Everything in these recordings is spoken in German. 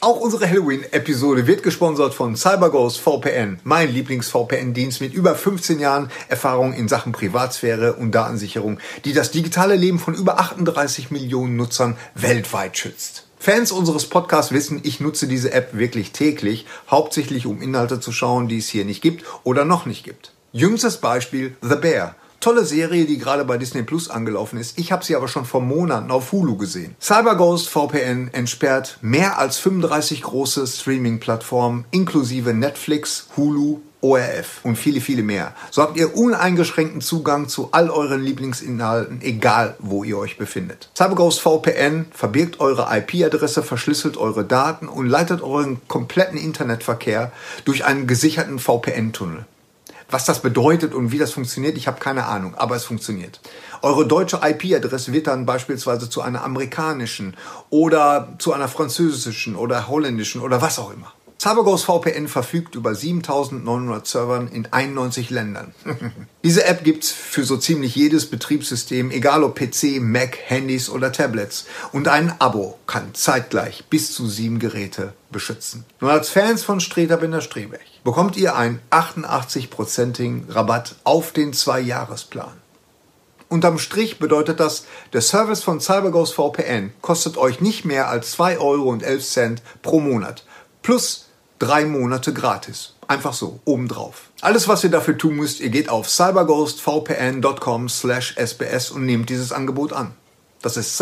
Auch unsere Halloween-Episode wird gesponsert von CyberGhost VPN, mein Lieblings-VPN-Dienst mit über 15 Jahren Erfahrung in Sachen Privatsphäre und Datensicherung, die das digitale Leben von über 38 Millionen Nutzern weltweit schützt. Fans unseres Podcasts wissen, ich nutze diese App wirklich täglich, hauptsächlich um Inhalte zu schauen, die es hier nicht gibt oder noch nicht gibt. Jüngstes Beispiel The Bear. Tolle Serie, die gerade bei Disney Plus angelaufen ist. Ich habe sie aber schon vor Monaten auf Hulu gesehen. CyberGhost VPN entsperrt mehr als 35 große Streaming-Plattformen inklusive Netflix, Hulu, ORF und viele, viele mehr. So habt ihr uneingeschränkten Zugang zu all euren Lieblingsinhalten, egal wo ihr euch befindet. CyberGhost VPN verbirgt eure IP-Adresse, verschlüsselt eure Daten und leitet euren kompletten Internetverkehr durch einen gesicherten VPN-Tunnel. Was das bedeutet und wie das funktioniert, ich habe keine Ahnung, aber es funktioniert. Eure deutsche IP-Adresse wird dann beispielsweise zu einer amerikanischen oder zu einer französischen oder holländischen oder was auch immer. CyberGhost VPN verfügt über 7900 Servern in 91 Ländern. Diese App gibt's für so ziemlich jedes Betriebssystem, egal ob PC, Mac, Handys oder Tablets. Und ein Abo kann zeitgleich bis zu sieben Geräte beschützen. Nun als Fans von Streter Binder Strebech bekommt ihr einen 88%igen Rabatt auf den Zwei-Jahresplan. Unterm Strich bedeutet das, der Service von CyberGhost VPN kostet euch nicht mehr als 2,11 Euro pro Monat. Plus drei Monate gratis. Einfach so, obendrauf. Alles, was ihr dafür tun müsst, ihr geht auf cyberghostvpn.com slash sbs und nehmt dieses Angebot an. Das ist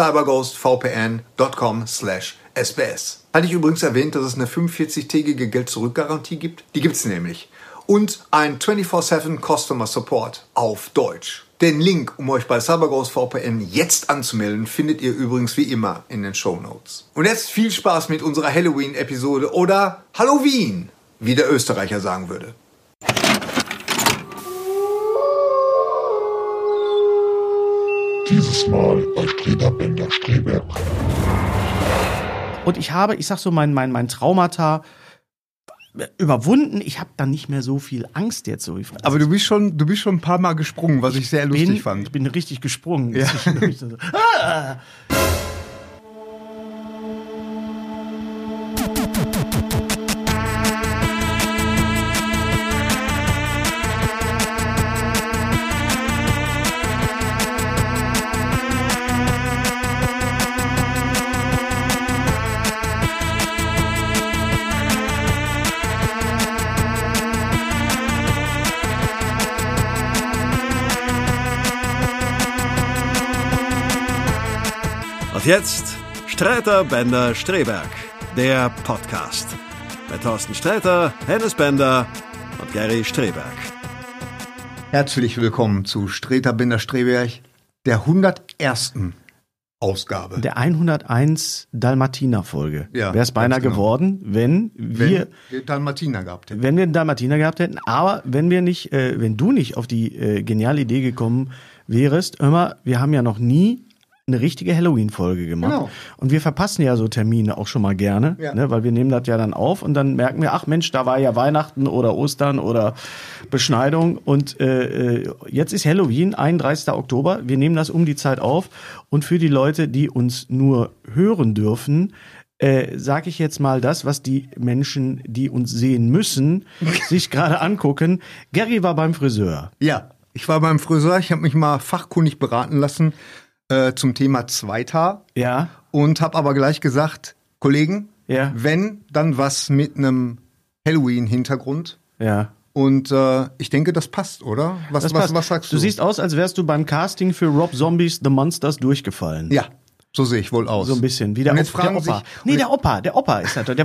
cyberghostvpn.com slash sbs. Hatte ich übrigens erwähnt, dass es eine 45-tägige Geld-Zurück-Garantie gibt? Die gibt's nämlich. Und ein 24-7 Customer Support auf Deutsch. Den Link, um euch bei CyberGhost VPN jetzt anzumelden, findet ihr übrigens wie immer in den Show Notes. Und jetzt viel Spaß mit unserer Halloween-Episode oder Halloween, wie der Österreicher sagen würde. Dieses Mal bei Streber Bender Streberg. Und ich habe, ich sag so, mein, mein, mein Traumata überwunden. Ich habe dann nicht mehr so viel Angst jetzt so. wie früher. Aber du bist schon, du bist schon ein paar Mal gesprungen, was ich, sehr lustig bin, fand. ich bin richtig gesprungen. Ja. Ich so, ah! Und jetzt Streiter Bender Streberg, der Podcast. Bei Thorsten Streiter, Hennes Bender und Gary Streberg. Herzlich willkommen zu Streter Binder Streberg, der 101. Ausgabe. Der 101 Dalmatiner-Folge. Ja, Wäre es beinahe ganz genau. geworden, wenn wenn wir, wir dann Martina gehabt hätten. wenn, wir einen Dalmatiner gehabt hätten. Aber wenn wir nicht, äh, wenn du nicht auf die äh, geniale Idee gekommen wärest, immer, wir haben ja noch nie eine richtige Halloween-Folge gemacht. Genau. Und wir verpassen ja so Termine auch schon mal gerne, Ja. ne, weil wir nehmen das ja dann auf und dann merken wir, ach Mensch, da war ja Weihnachten oder Ostern oder Beschneidung und äh, äh, jetzt ist Halloween, 31. Oktober. Wir nehmen das um die Zeit auf und für die Leute, die uns nur hören dürfen, äh, sage ich jetzt mal das, was die Menschen, die uns sehen müssen, sich gerade angucken. Gary war beim Friseur. Ja, ich war beim Friseur, ich habe mich mal fachkundig beraten lassen äh, zum Thema Zweiter Ja. und habe aber gleich gesagt, Kollegen, Ja. wenn, dann was mit einem Halloween-Hintergrund. Ja. Und äh, ich denke, das passt, oder? Was, Das was, passt. was sagst du? du siehst aus, als wärst du beim Casting für Rob Zombies The Monsters durchgefallen. ja, so sehe ich wohl aus. So ein bisschen. Wie der, Und jetzt Op- der fragen Opa. sich- nee, der Opa. Der Opa ist das. Der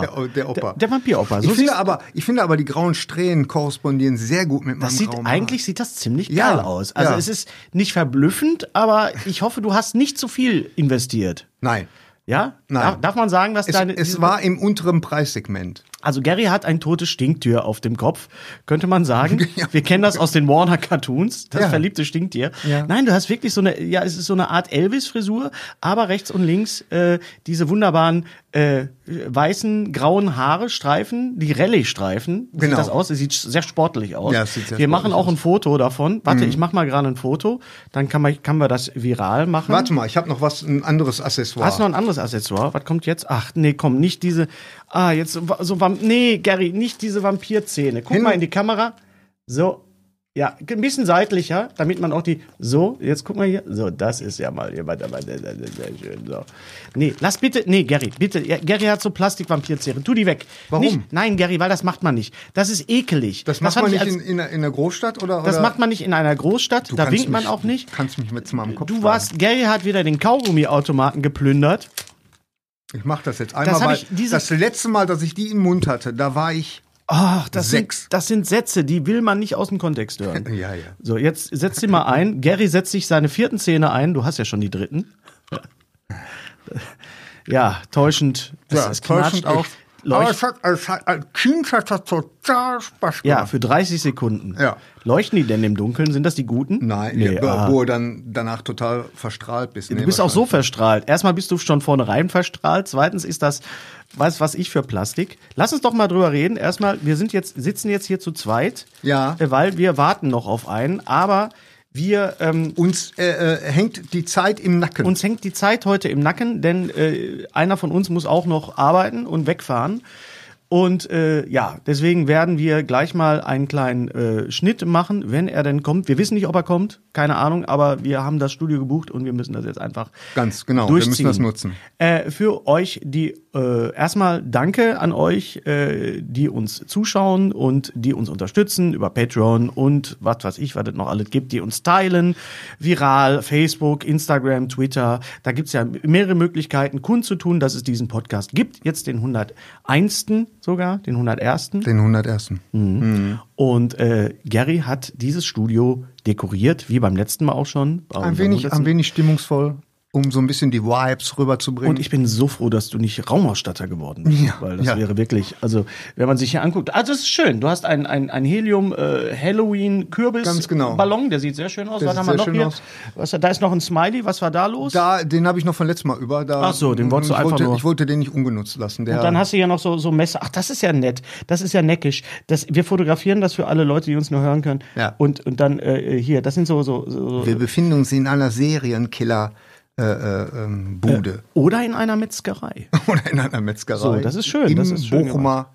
Der, der Opa. Der, der Vampir-Opa. So ich, sieht finde aber, ich finde aber, die grauen Strähnen korrespondieren sehr gut mit meinem das sieht, grauen Haar. eigentlich sieht das ziemlich geil Ja, aus. Also ja. es ist nicht verblüffend, aber ich hoffe, du hast nicht zu viel investiert. Nein. Ja? Nein. Darf, darf man sagen, dass Es, deine. es war im unteren Preissegment. Also Gary hat ein totes Stinktier auf dem Kopf, könnte man sagen. Wir kennen das aus den Warner Cartoons, das Ja. verliebte Stinktier. Ja. Nein, du hast wirklich so eine, ja, es ist so eine Art Elvis-Frisur, aber rechts und links äh, diese wunderbaren äh, weißen, grauen Haare, Streifen, die Rallye-Streifen. Wie Sieht Genau. das aus? Das sieht sehr sportlich aus. Ja, Ja, es sieht sehr wir machen sportlich Mhm. auch ein Foto davon. Warte, ich mach mal gerade ein Foto, dann kann man, kann man das viral machen. Warte mal, ich habe noch was, ein anderes Accessoire. Hm? Hast du noch ein anderes Accessoire? Was kommt jetzt? Ach, nee, komm, nicht diese. Ah, jetzt so, so Vamp- Nee, Gary, nicht diese Vampirzähne. Guck Hin- mal in die Kamera. So. Ja, ein bisschen seitlicher, damit man auch die. So, jetzt guck mal hier. So, das ist ja mal jemand, aber sehr, sehr, sehr, sehr schön. So. Nee, lass bitte. Nee, Gary, bitte. Ja, Gary hat so Plastikvampirzähne. Tu die weg. Warum? Nicht, nein, Gary, weil das macht man nicht. Das ist ekelig. das macht man hatte ich nicht als- in, in, der- in der Großstadt oder? das oder? macht man nicht in einer Großstadt. Du da kannst winkt man mich- auch nicht. Du kannst mich jetzt mal am Kopf. Du warst, Gary hat wieder den Kaugummiautomaten geplündert. Schlagen. Ich mache das jetzt einmal, Das hab weil ich diese- das letzte Mal, dass ich die im Mund hatte, da war ich. Ach, das Sechs. Sind, das sind Sätze, die will man nicht aus dem Kontext hören. Ja, ja. So, jetzt setz sie mal ein. Gary setzt sich seine vierten Zähne ein. Du hast ja schon die dritten. Ja, täuschend. Es- ja es knatscht täuschend auch. echt. Aber Leucht, es hat, es hat, als Kind hat das total Spaß gemacht. ja, für 30 Sekunden. Ja. Leuchten die denn im Dunkeln? Sind das die guten? Nein, Nee, nee, ah. wo du dann danach total verstrahlt bist. Du bist auch so verstrahlt. Erstmal bist du schon vornherein verstrahlt. Zweitens ist das, weiß was ich für Plastik. Lass uns doch mal drüber reden. Erstmal, wir sind jetzt, sitzen jetzt hier zu zweit. Ja. Äh, Weil wir warten noch auf einen. Aber wir, ähm, Uns äh, äh, hängt die Zeit im Nacken. uns hängt die Zeit heute im Nacken, denn äh, einer von uns muss auch noch arbeiten und wegfahren. Und äh, ja, deswegen werden wir gleich mal einen kleinen äh, Schnitt machen, wenn er denn kommt. Wir wissen nicht, ob er kommt, keine Ahnung, aber wir haben das Studio gebucht und wir müssen das jetzt einfach Ganz genau, wir müssen das nutzen. äh, für euch, die äh, erstmal danke an euch, äh, die uns zuschauen und die uns unterstützen über Patreon und was weiß ich, was es noch alles gibt, die uns teilen, viral, Facebook, Instagram, Twitter. Da gibt's ja mehrere Möglichkeiten, kundzutun, dass es diesen Podcast gibt. Jetzt den 101. sogar, den 101. den 101. Und äh, Gary hat dieses Studio dekoriert, wie beim letzten Mal auch schon. bei Ein unserem wenig, ein hundertsten. wenig stimmungsvoll, um so ein bisschen die Vibes rüberzubringen. Und ich bin so froh, dass du nicht Raumausstatter geworden bist, Ja, weil das ja. wäre wirklich, also wenn man sich hier anguckt, also es ist schön, du hast ein, ein, ein Helium äh, Halloween Kürbis Ganz genau. Ballon, der sieht sehr schön aus. Der was sieht haben wir sehr noch schön hier? aus. Was, da ist noch ein Smiley, was war da los? da, den habe ich noch von letztem Mal über. Da, Ach so, den wolltest du ich einfach wollte, nur- Ich wollte den nicht ungenutzt lassen. Der, Und dann hast du ja noch so, so Messer. Ach, das ist ja nett. Das ist ja neckisch. Das, wir fotografieren das für alle Leute, die uns nur hören können. Ja. Und, und dann äh, hier, das sind so, so, so wir befinden uns in einer Serienkiller-Bude äh, äh, ähm, Bude. oder in einer Metzgerei. oder in einer Metzgerei. So, das ist schön, Im das ist schön Bochumer.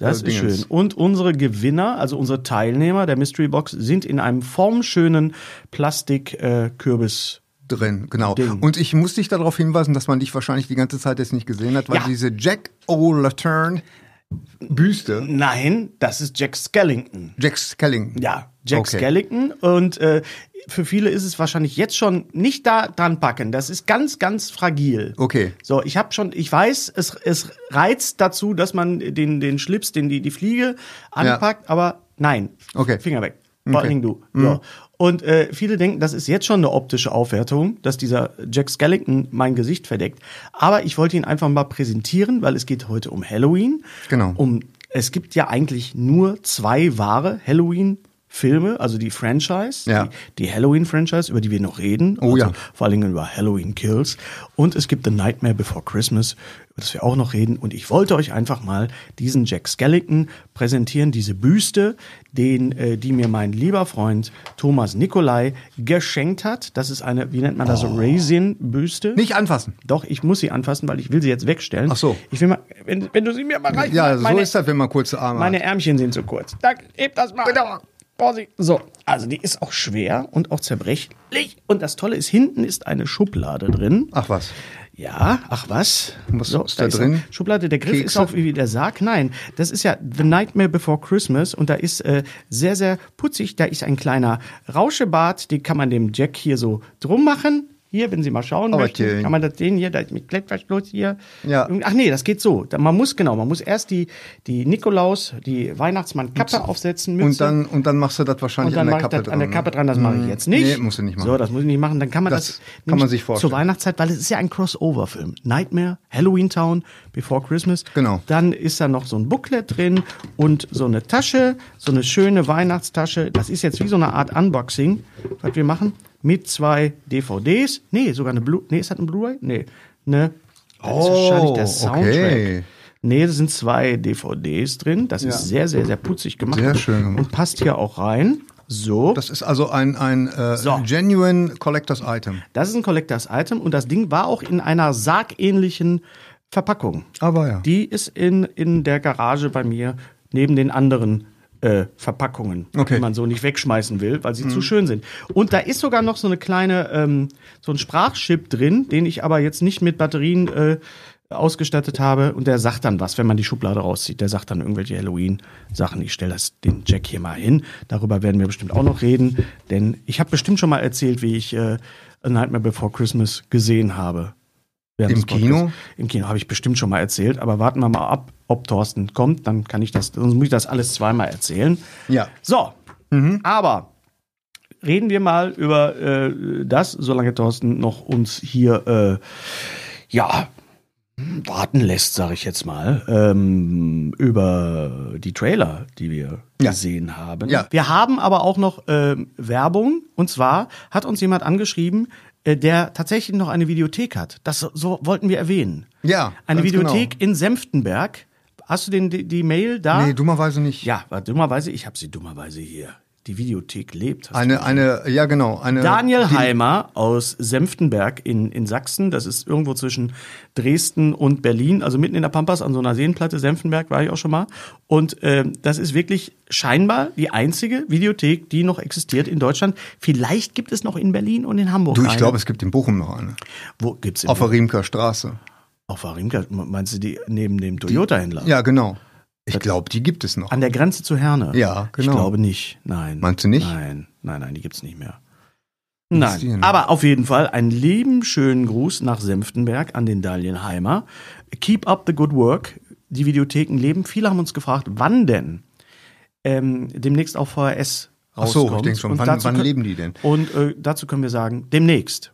Das Äh, ist Dingens. schön. Und unsere Gewinner, also unsere Teilnehmer der Mystery Box, sind in einem formschönen äh, Plastikkürbis. drin, genau. Und ich muss dich darauf hinweisen, dass man dich wahrscheinlich die ganze Zeit jetzt nicht gesehen hat, weil Ja. diese Jack O'Lantern Büste, Nein, das ist Jack Skellington. Jack Skellington. Ja, Jack Okay. Skellington. Und äh, für viele ist es wahrscheinlich jetzt schon nicht da dran packen. Das ist ganz, ganz fragil. Okay. So, ich habe schon, ich weiß, es, es reizt dazu, dass man den, den Schlips, den die, die Fliege anpackt, aber nein. Okay. Mhm. Finger weg. Vor allen Dingen du. So. Und äh, viele denken, das ist jetzt schon eine optische Aufwertung, dass dieser Jack Skellington mein Gesicht verdeckt. Aber ich wollte ihn einfach mal präsentieren, weil es geht heute um Halloween. Genau. Um, es gibt ja eigentlich nur zwei wahre Halloween. Filme, also die Franchise, Ja. die, die Halloween-Franchise, über die wir noch reden. Oh also ja. Vor allen Dingen über Halloween Kills. Und es gibt The Nightmare Before Christmas, über das wir auch noch reden. Und ich wollte euch einfach mal diesen Jack Skellington präsentieren, diese Büste, den, äh, die mir mein lieber Freund Thomas Nikolai geschenkt hat. Das ist eine, wie nennt man das, Raisin-Büste. Oh. Nicht anfassen. Doch, ich muss sie anfassen, weil ich will sie jetzt wegstellen. Ach so. Ich will mal, wenn, wenn du sie mir mal reichst. Ja, so meine- ist das, wenn man kurze Arme meine hat. Ärmchen sind zu kurz. Danke, heb das mal. Vorsicht. So, also die ist auch schwer und auch zerbrechlich. Und das Tolle ist, hinten ist eine Schublade drin. Ach was. Ja, ach was? Was ist da drin? Ist Schublade, der Griff ist Kekse? auch wie der Sarg. Nein, das ist ja The Nightmare Before Christmas und da ist äh, sehr, sehr putzig. Da ist ein kleiner Rauschebart, den kann man dem Jack hier so drum machen. Hier, wenn Sie mal schauen Aber möchten, Tilling. kann man das sehen hier, da ist mit Klettverschluss hier. Oh, Ja. Ach nee, das geht so. Da- Man muss, genau, man muss erst die, die Nikolaus, die Weihnachtsmann-Kappe aufsetzen. Mütze. Und dann, und dann machst du das Und wahrscheinlich an dann der mache ich Kappe das dran. ne? Mhm. an der Kappe dran, das mache ich jetzt nicht. Nee, musst du nicht machen. So, das muss ich nicht machen. Dann kann man das, Das kann man nämlich sich vorstellen. zur Weihnachtszeit, weil es ist ja ein Crossover-Film. Nightmare, Halloween Town, Before Christmas. Genau. Dann ist da noch so ein Booklet drin und so eine Tasche, so eine schöne Weihnachtstasche. Das ist jetzt wie so eine Art Unboxing, was wir machen, mit zwei DVDs. Nee, sogar eine Blu-ray. Nee, ist das ein Blu-ray? Nee. Ne. Das ist wahrscheinlich der Oh, Soundtrack. okay. Nee, da sind zwei DVDs drin. Das ist sehr, sehr, sehr putzig gemacht. Sehr schön gemacht. Und passt hier auch rein. So. Das ist also ein, ein äh, So. genuine Collectors Item. Das ist ein Collectors Item und das Ding war auch in einer sargähnlichen Verpackung. Aber ja. Die ist in, in der Garage bei mir neben den anderen äh, Verpackungen, Okay. Mhm. die man so nicht wegschmeißen will, weil sie zu schön sind. Und da ist sogar noch so eine kleine, ähm, so ein Sprachchip drin, den ich aber jetzt nicht mit Batterien äh, ausgestattet habe. Und der sagt dann was, wenn man die Schublade rauszieht. Der sagt dann irgendwelche Halloween-Sachen. Ich stelle das den Jack hier mal hin. Darüber werden wir bestimmt auch noch reden, denn ich habe bestimmt schon mal erzählt, wie ich äh, A Nightmare Before Christmas gesehen habe. während Im des Podcasts. Kino? Im Kino habe ich bestimmt schon mal erzählt, aber warten wir mal ab, ob Thorsten kommt, dann kann ich das, sonst muss ich das alles zweimal erzählen. Ja. So, Mhm. aber reden wir mal über äh, das, solange Thorsten noch uns hier, äh, ja, warten lässt, sage ich jetzt mal, ähm, über die Trailer, die wir Ja. gesehen haben. Ja. Wir haben aber auch noch ähm, Werbung. Und zwar hat uns jemand angeschrieben, äh, der tatsächlich noch eine Videothek hat. Das so- so wollten wir erwähnen. Ja, Eine ganz Videothek genau. in Senftenberg. Hast du den, die, die Mail da? Nee, dummerweise nicht. ja, war dummerweise, ich habe sie dummerweise hier. Die Videothek lebt. hast Eine, eine, Ah, ja genau, eine. Daniel die- Heimer aus Senftenberg in, in Sachsen. Das ist irgendwo zwischen Dresden und Berlin, also mitten in der Pampas an so einer Seenplatte. Senftenberg war ich auch schon mal. Und ähm, das ist wirklich scheinbar die einzige Videothek, die noch existiert in Deutschland. Vielleicht gibt es noch in Berlin und in Hamburg. Du, ich eine. glaube, es gibt in Bochum noch eine. Wo gibt's in Auf der Riemker Straße. Auf der Riemke, meinst du die neben dem Toyota-Händler? Ja, genau. Ich glaube, die gibt es noch. An der Grenze zu Herne? Ja, genau. Ich glaube nicht. Nein. Meinst du nicht? ne? Nein, nein, nein, die gibt's nicht mehr. die Nein. denn? Aber auf jeden Fall einen lieben schönen Gruß nach Senftenberg an den Dalienheimer. Keep up the good work. Die Videotheken leben. Viele haben uns gefragt, wann denn ähm, demnächst auf VHS Ach so, rauskommt. ich denk schon, Und wann- dazu wann kö- leben die denn? Und äh, dazu können wir sagen, demnächst.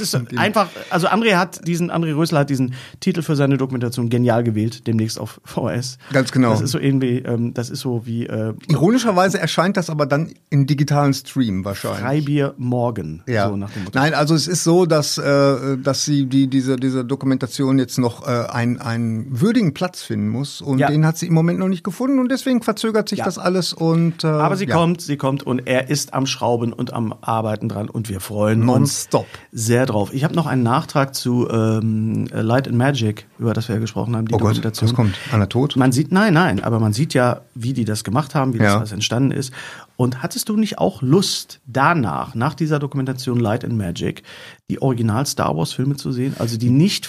ist einfach, also André hat diesen, André Rösler hat diesen Titel für seine Dokumentation genial gewählt, demnächst auf VHS. Ganz genau. Das ist so irgendwie, ähm, das ist so wie äh, Ironischerweise erscheint das aber dann im digitalen Stream wahrscheinlich. Freibier morgen. Ja. So nach dem Motto. Nein, also es ist so, dass, äh, dass sie die, diese, diese Dokumentation jetzt noch äh, einen, einen würdigen Platz finden muss. Und Ja. den hat sie im Moment noch nicht gefunden und deswegen verzögert sich Ja. das alles und äh, Aber sie ja. kommt, sie kommt und er ist am Schrauben und am Arbeiten dran und wir freuen uns Nonstop. sehr drauf. Ich habe noch einen Nachtrag zu ähm, Light and Magic, über das wir ja gesprochen haben, die Oh Gott, Dokumentation. was kommt? Anna tot? Man sieht, nein, nein, aber man sieht ja, wie die das gemacht haben, wie das Ja. alles entstanden ist. Und hattest du nicht auch Lust, danach, nach dieser Dokumentation Light and Magic, die Original Star Wars Filme zu sehen? Also die nicht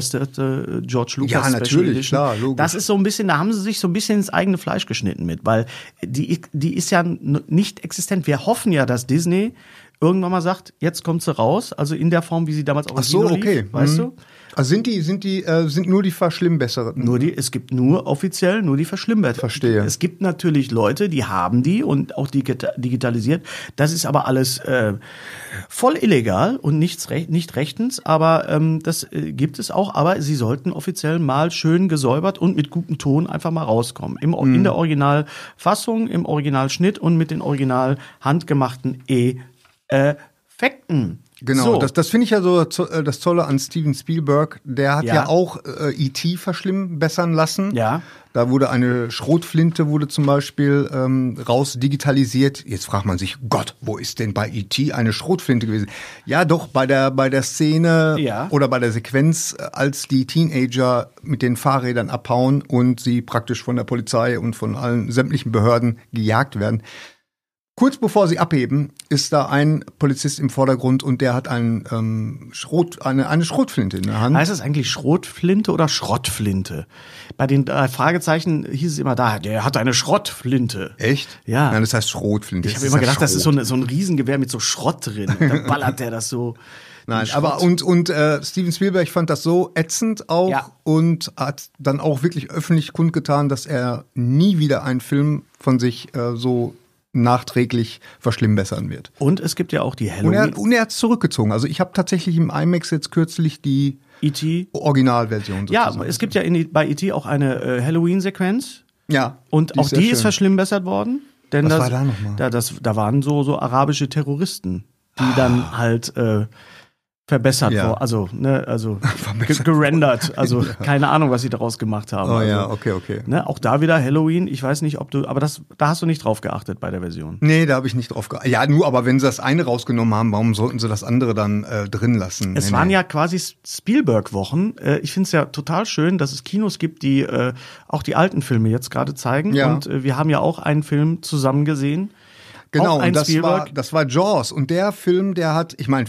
verschlimmbesserte äh, George Lucas Ja, Special natürlich, Edition? klar, logisch. Das ist so ein bisschen, da haben sie sich so ein bisschen ins eigene Fleisch geschnitten mit, weil die, die ist ja n- nicht existent. Wir hoffen ja, dass Disney irgendwann mal sagt, jetzt kommt sie raus, also in der Form, wie sie damals auch im Ach so, Kino lief, okay, weißt mhm. du? Also sind die, sind die, äh, sind nur die Verschlimmbesserten? Nur die, es gibt nur offiziell nur die Verschlimmbesserten. Verstehe. Es gibt natürlich Leute, die haben die und auch digita- digitalisiert. Das ist aber alles äh, voll illegal und nichts rech- nicht rechtens, aber ähm, das äh, gibt es auch. Aber sie sollten offiziell mal schön gesäubert und mit gutem Ton einfach mal rauskommen. Im, O- In Mhm. der Originalfassung, im Originalschnitt und mit den original handgemachten Effekten. Genau, So. das, das finde ich ja so zu- äh, das Tolle an Steven Spielberg. Der hat Ja. ja, auch äh, E.T. verschlimmbessern lassen. Ja. Da wurde eine Schrotflinte wurde zum Beispiel ähm, raus digitalisiert. Jetzt fragt man sich, Gott, wo ist denn bei E.T. eine Schrotflinte gewesen? Ja, doch, bei der, bei der Szene Ja. oder bei der Sequenz, äh, als die Teenager mit den Fahrrädern abhauen und sie praktisch von der Polizei und von allen sämtlichen Behörden gejagt werden. Kurz bevor sie abheben, ist da ein Polizist im Vordergrund und der hat einen, ähm, Schrot, eine, eine Schrotflinte in der Hand. Heißt das eigentlich Schrotflinte oder Schrottflinte? Bei den drei Fragezeichen hieß es immer da, der hat eine Schrottflinte. Echt? Ja. Nein, das heißt Schrotflinte. Ich Das habe immer ja gedacht, das ist so, Schrot. eine, so ein Riesengewehr mit so Schrott drin. Und dann ballert der das so. Nein, aber und, und äh, Steven Spielberg fand das so ätzend auch Ja. und hat dann auch wirklich öffentlich kundgetan, dass er nie wieder einen Film von sich äh, so nachträglich verschlimmbessern wird. Und es gibt ja auch die Und er, Halloween und er hat zurückgezogen. Also ich habe tatsächlich im IMAX jetzt kürzlich die E.T. Originalversion Ja, sozusagen. es gibt ja in, bei E.T. auch eine äh, Halloween-Sequenz. ja Und auch sehr die ist schön. verschlimmbessert worden. Denn Was das, war da nochmal? Da, das, da waren so, so arabische Terroristen, die dann halt äh, verbessert Ah. Ja. wurden. Also, ne, also ge- gerendert. Also keine Ahnung, was sie daraus gemacht haben. Oh also, ja, okay, okay. Ne, auch da wieder Halloween. Ich weiß nicht, ob du, aber das, da hast du nicht drauf geachtet bei der Version. Nee, da habe ich nicht drauf geachtet. Ja, nur, aber wenn sie das eine rausgenommen haben, warum sollten sie das andere dann äh, drin lassen? Es nee, waren nee. ja quasi Spielberg-Wochen. Äh, Ich finde es ja total schön, dass es Kinos gibt, die äh, auch die alten Filme jetzt gerade zeigen. Ja. Und äh, wir haben ja auch einen Film zusammen gesehen. Genau, auch ein und das Spielberg. war, das war Jaws. Und der Film, der hat, ich meine,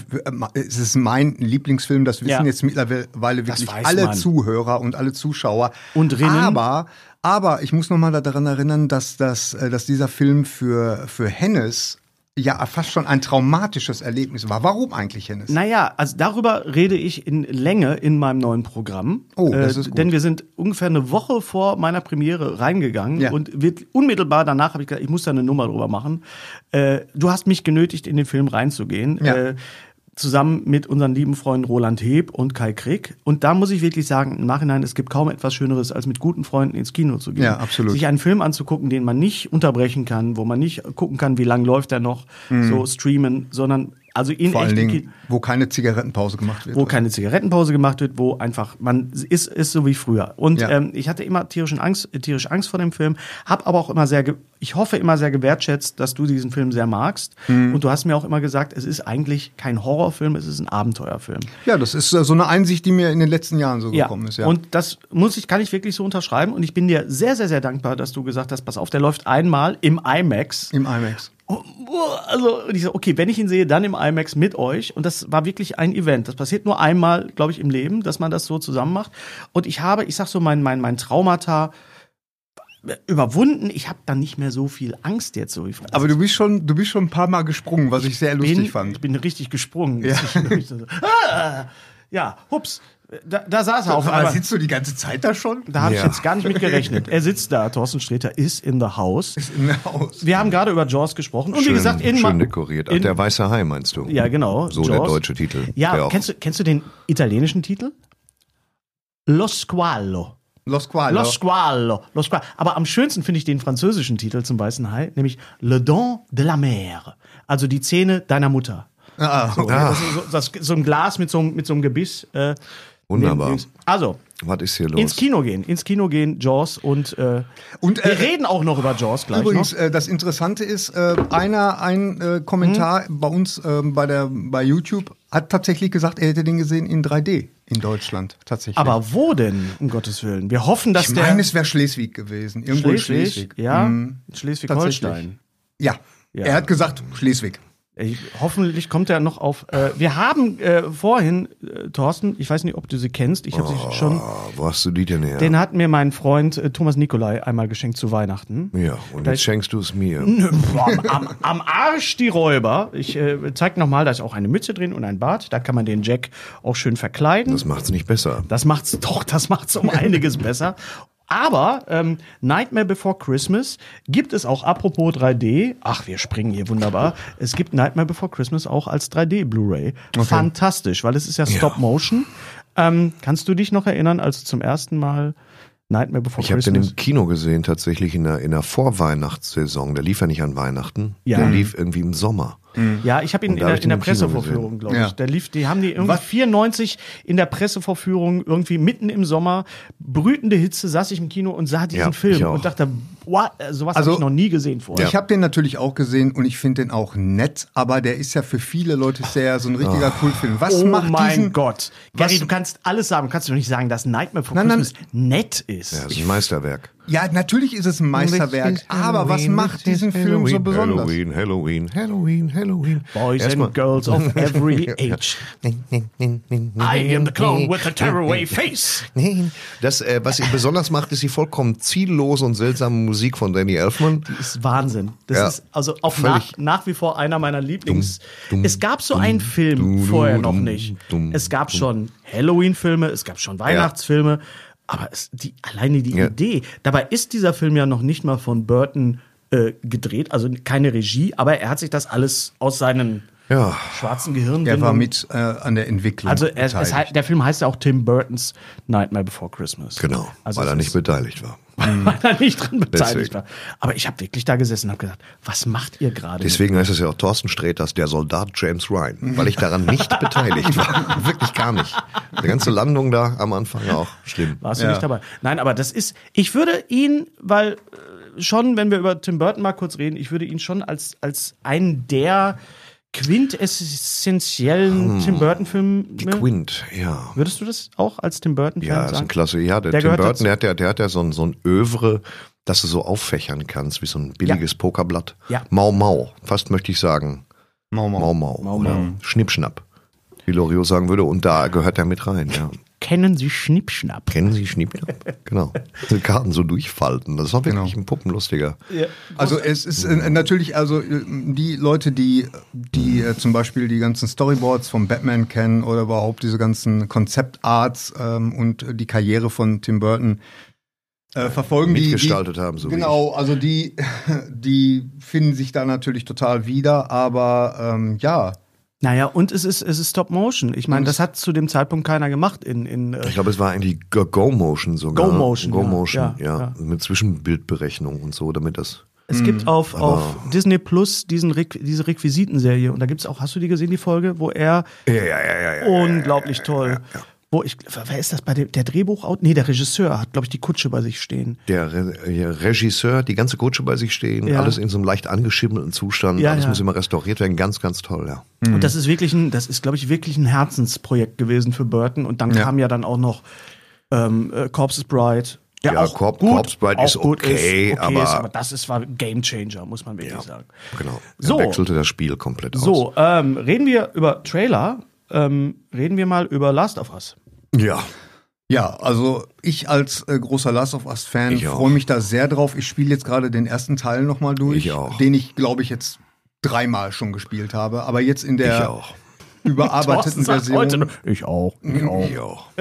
es ist mein Lieblingsfilm, das wissen Ja. jetzt mittlerweile wirklich weiß alle man. Zuhörer und alle Zuschauer. Und Rinnen. Aber, aber ich muss nochmal daran erinnern, dass, das, äh, dass dieser Film für, für Hennes ja fast schon ein traumatisches Erlebnis war. Warum eigentlich, Hennes? Naja, also darüber rede ich in Länge in meinem neuen Programm. Äh, Oh, das ist gut. Denn wir sind ungefähr eine Woche vor meiner Premiere reingegangen Ja. und wird unmittelbar danach habe ich gesagt, ich muss da eine Nummer drüber machen. Äh, du hast mich genötigt, in den Film reinzugehen. Ja. Äh, zusammen mit unseren lieben Freunden Roland Heb und Kai Krieg. Und da muss ich wirklich sagen, im Nachhinein, es gibt kaum etwas Schöneres, als mit guten Freunden ins Kino zu gehen. Ja, absolut. Sich einen Film anzugucken, den man nicht unterbrechen kann, wo man nicht gucken kann, wie lang läuft der noch, so streamen, sondern also in Mhm. Vor allen echt im Dingen, Ki- wo keine Zigarettenpause gemacht wird. wo keine Zigarettenpause gemacht wird, wo einfach man ist, ist so wie früher. Und Ja. ähm, ich hatte immer tierischen Angst, äh, tierisch Angst vor dem Film, habe aber auch immer sehr, ge- ich hoffe immer sehr gewertschätzt, dass du diesen Film sehr magst. Mhm. Und du hast mir auch immer gesagt, es ist eigentlich kein Horrorfilm, es ist ein Abenteuerfilm. ja, das ist äh, so eine Einsicht, die mir in den letzten Jahren so gekommen ist. Ja. Und das muss ich, kann ich wirklich so unterschreiben. Und ich bin dir sehr, sehr, sehr dankbar, dass du gesagt hast, pass auf, der läuft einmal im IMAX. Im IMAX. Oh, oh, also und ich so, okay, wenn ich ihn sehe, dann im IMAX mit euch. Und das war wirklich ein Event. Das passiert nur einmal, glaube ich, im Leben, dass man das so zusammen macht. Und ich habe, ich sag so, mein, mein, mein Traumata überwunden. Ich habe dann nicht mehr so viel Angst jetzt so wie früher. Aber du bist schon, du bist schon ein paar Mal gesprungen, was ich sehr lustig bin, fand. ich bin richtig gesprungen. Ja, ah, ja hups. Da, da saß er auf Aber einmal. Ah, sitzt du die ganze Zeit da schon? Da habe ich Ja. jetzt gar nicht mit gerechnet. Er sitzt da, Thorsten Sträter ist in the house. Aus. Wir haben gerade über Jaws gesprochen und schön, wie gesagt, in schön Ma- dekoriert. Ach, in- der weiße Hai meinst du? Ja, genau. So der deutsche Titel. der Ja, auch- kennst du, kennst du den italienischen Titel? Lo Squallo. Los Qualo. Lo Squallo. Lo Squallo. Aber am schönsten finde ich den französischen Titel zum Weißen Hai, nämlich Le Dent de la Mer. Also die Zähne deiner Mutter. Ah, So, ne? das ist so, das, so ein Glas mit so, einem- mit so einem Gebiss. Äh, Wunderbar. neben- Also, Was ist hier ins los? Kino gehen. Ins Kino gehen, Jaws und, äh, Und, äh, wir reden auch noch über Jaws gleich Übrigens, noch. äh, das Interessante ist, äh, einer, ein äh, Kommentar Hm? bei uns ähm, bei, der, bei YouTube hat tatsächlich gesagt, er hätte den gesehen in 3D in Deutschland. Tatsächlich. Aber wo denn, um Gottes Willen? Wir hoffen, dass ich der... meine, es wäre Schleswig gewesen. Irgendwo in Schleswig, Schleswig. ja, Mhm. Schleswig-Holstein. Ja. Ja. Er hat gesagt, Schleswig. Ich, hoffentlich kommt er noch auf. Äh, wir haben äh, vorhin, äh, Thorsten, ich weiß nicht, ob du sie kennst, ich habe sie schon. Ah, wo hast du die denn her? Den hat mir mein Freund äh, Thomas Nikolai einmal geschenkt zu Weihnachten. ja, und jetzt schenkst du es mir. Hm. Am, am, am Arsch die Räuber. Ich äh, zeig nochmal, da ist auch eine Mütze drin und ein Bart. Da kann man den Jack auch schön verkleiden. Das macht's nicht besser. Das macht's doch, das macht's um einiges besser. Aber ähm, Nightmare Before Christmas gibt es auch, apropos 3D, ach, wir springen hier wunderbar, es gibt Nightmare Before Christmas auch als 3D Blu-ray. Fantastisch, weil es ist ja Stop Motion. Ähm, kannst du dich noch erinnern, als du zum ersten Mal Nightmare Before Ich habe den Christmas... im Kino gesehen, tatsächlich in der, in der Vorweihnachtssaison. Der lief ja nicht an Weihnachten. Ja. Hm. Der lief irgendwie im Sommer. ja, ich habe ihn Und in da hab der, ich in der den im Kino Pressevorführung, gesehen. glaube ich. Ja. Der lief, die haben die irgendwie 94 in der Pressevorführung, irgendwie mitten im Sommer, brütende Hitze, saß ich im Kino und sah diesen Ja, ich Film auch. und dachte, wow, sowas Also- habe ich noch nie gesehen vorher. Ich habe den natürlich auch gesehen und ich finde den auch nett, aber der ist ja für viele Leute ist der ja so ein richtiger Kultfilm. Was oh macht mein diesen Gott. Gary, du kannst alles sagen. Du kannst doch nicht sagen, dass Nightmare Before Nein, nein. Christmas nett ist. Ja, das ist ein Meisterwerk. Ja, natürlich ist es ein Meisterwerk, Richtig aber was Halloween, macht richtig diesen Film Halloween, so besonders? Halloween, Halloween, Halloween, Halloween. Boys Erstmal- and girls of every age. I am the clown with the tearaway face. Nein. Das, äh, was ihn besonders macht, ist die vollkommen ziellose und seltsame Musik von Danny Elfman. Das ist Wahnsinn. Das Ja. ist also auch nach, Völlig. nach wie vor einer meiner Lieblings. Dumm, dumm, es gab so dumm, einen Film dumm, vorher dumm, noch dumm, nicht. dumm, es gab schon Halloween-Filme, es gab schon Weihnachtsfilme, aber es, die, alleine die Ja. Idee. Dabei ist dieser Film ja noch nicht mal von Burton äh, gedreht, also keine Regie, aber er hat sich das alles aus seinen Ja. schwarzen Gehirn. Der war mit äh, an der Entwicklung. Genau. Also es, es, beteiligt. hei- der Film heißt ja auch Tim Burtons Nightmare Before Christmas. Genau, Also weil es er nicht ist- beteiligt war. weil er nicht dran beteiligt Mhm. Deswegen. war. Aber ich habe wirklich da gesessen und habe gedacht, was macht ihr gerade? Deswegen heißt es ja auch Thorsten Sträters, der Soldat James Ryan, weil ich daran nicht beteiligt war. Wirklich gar nicht. Die ganze Landung da am Anfang auch schlimm. Warst du Ja. nicht dabei? Nein, aber das ist, ich würde ihn, weil äh, schon, wenn wir über Tim Burton mal kurz reden, ich würde ihn schon als, als einen der quintessentiellen Tim Hm. Die Burton-Filme. Quint, ja. Würdest du das auch als Tim Burton-Fan Ja, ist sagen? ein klasse. Ja, der, Der Tim gehört Burton, dazu. der hat ja, der hat ja so ein, so ein Övre, dass du so auffächern kannst, wie so ein billiges Pokerblatt. Ja. Mau Mau, fast möchte ich sagen. Mau, mau. Mau Mau. Oder Mhm. Schnippschnapp, wie Loriot sagen würde. Und da gehört er mit rein, ja. Kennen Sie Schnippschnapp? Kennen Sie Schnippschnapp? genau. Die Karten so durchfalten. Das war wirklich Genau. ein Puppenlustiger. Also es ist äh, natürlich, also äh, die Leute, die, die äh, zum Beispiel die ganzen Storyboards von Batman kennen oder überhaupt diese ganzen Konzeptarts ähm, und äh, die Karriere von Tim Burton äh, verfolgen, die, Mitgestaltet die, haben, so wie Genau, also die, die finden sich da natürlich total wieder, aber ähm, ja, Naja, und es ist, es ist Stop Motion. Ich meine, das hat zu dem Zeitpunkt keiner gemacht in, in äh, Ich glaube, es war eigentlich Go- Go-Motion sogar. Go-Motion, ja, Go-Motion, ja, ja, Mit Zwischenbildberechnung und so, damit das. Es Mhm. gibt auf, auf Disney Plus diesen Requ diese Requisitenserie und da gibt's auch, hast du die gesehen, die Folge, wo er unglaublich toll. Wo ich, wer ist das bei dem, der Drehbuchautor? Nee, der Regisseur hat, glaube ich, die Kutsche bei sich stehen. Der Re äh, Regisseur, die ganze Kutsche bei sich stehen, Ja. alles in so einem leicht angeschimmelten Zustand, Ja, alles ja. muss immer restauriert werden, ganz, ganz toll, ja. Und das ist wirklich ein, das ist, glaube ich, wirklich ein Herzensprojekt gewesen für Burton. Und dann kam ja dann auch noch ähm, äh, Corpses Bride. der Ja, Corp- Corpse Bride auch ist gut okay, aber- ist, aber das ist, war Game Changer, muss man wirklich sagen. Genau. Er So. wechselte das Spiel komplett aus. So, ähm, reden wir über Trailer. Ähm, reden wir mal über Last of Us. Ja. Ja, also ich als äh, großer Last of Us Fan Ich auch. freue mich da sehr drauf. Ich spiele jetzt gerade den ersten Teil nochmal durch, Ich auch. den ich glaube ich jetzt dreimal schon gespielt habe, aber jetzt in Ich der auch. überarbeiteten Version. ich auch. Ich auch. Ich auch.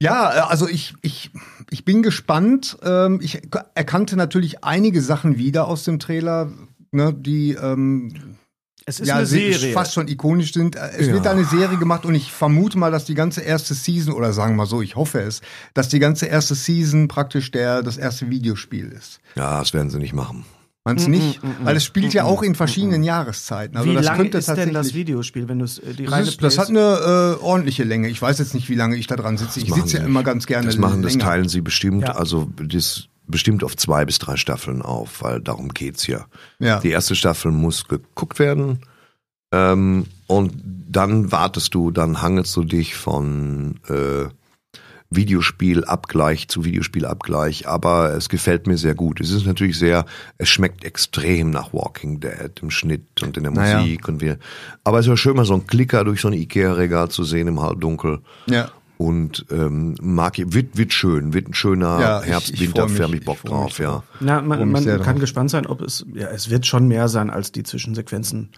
Ja, äh, also ich ich ich bin gespannt. Ähm, ich erkannte natürlich einige Sachen wieder aus dem Trailer. Ne, die ähm, Es ist ja eine se- Serie. fast schon ikonisch sind. Äh, Es wird da eine Serie gemacht und ich vermute mal, dass die ganze erste Season, oder sagen wir mal so, ich hoffe es, dass die ganze erste Season praktisch der, das erste Videospiel ist. Ja, das werden sie nicht machen. Meinst Mm, du nicht? Weil es spielt ja auch in verschiedenen Jahreszeiten. Also wie das lang könnte ist denn das tatsächlich. Videospiel, wenn du es äh, die Das, reine ist, das hat Plays- eine äh, ordentliche Länge. Ich weiß jetzt nicht, wie lange ich da dran sitze. Ich machen sitze ja sie immer nicht. ganz gerne. Das machen, das länger. teilen sie bestimmt, Ja. also das bestimmt auf zwei bis drei Staffeln auf, weil darum geht's hier. Ja. Die erste Staffel muss geguckt werden ähm, und dann wartest du, dann hangelst du dich von äh, Videospielabgleich zu Videospielabgleich, aber es gefällt mir sehr gut. Es ist natürlich sehr, es schmeckt extrem nach Walking Dead im Schnitt und in der Naja. Musik und wir. Aber es war schön, mal so einen Klicker durch so ein Ikea-Regal zu sehen im Halbdunkel. Ja. Und ähm, mag ich, wird, wird schön, wird ein schöner Ja, ich- Herbst, ich Winter, freu mich, hab ich Bock ich freu mich drauf, ja. Na, Freu man, mich man sehr kann drauf. gespannt sein, ob es, ja, es wird schon mehr sein als die Zwischensequenzen.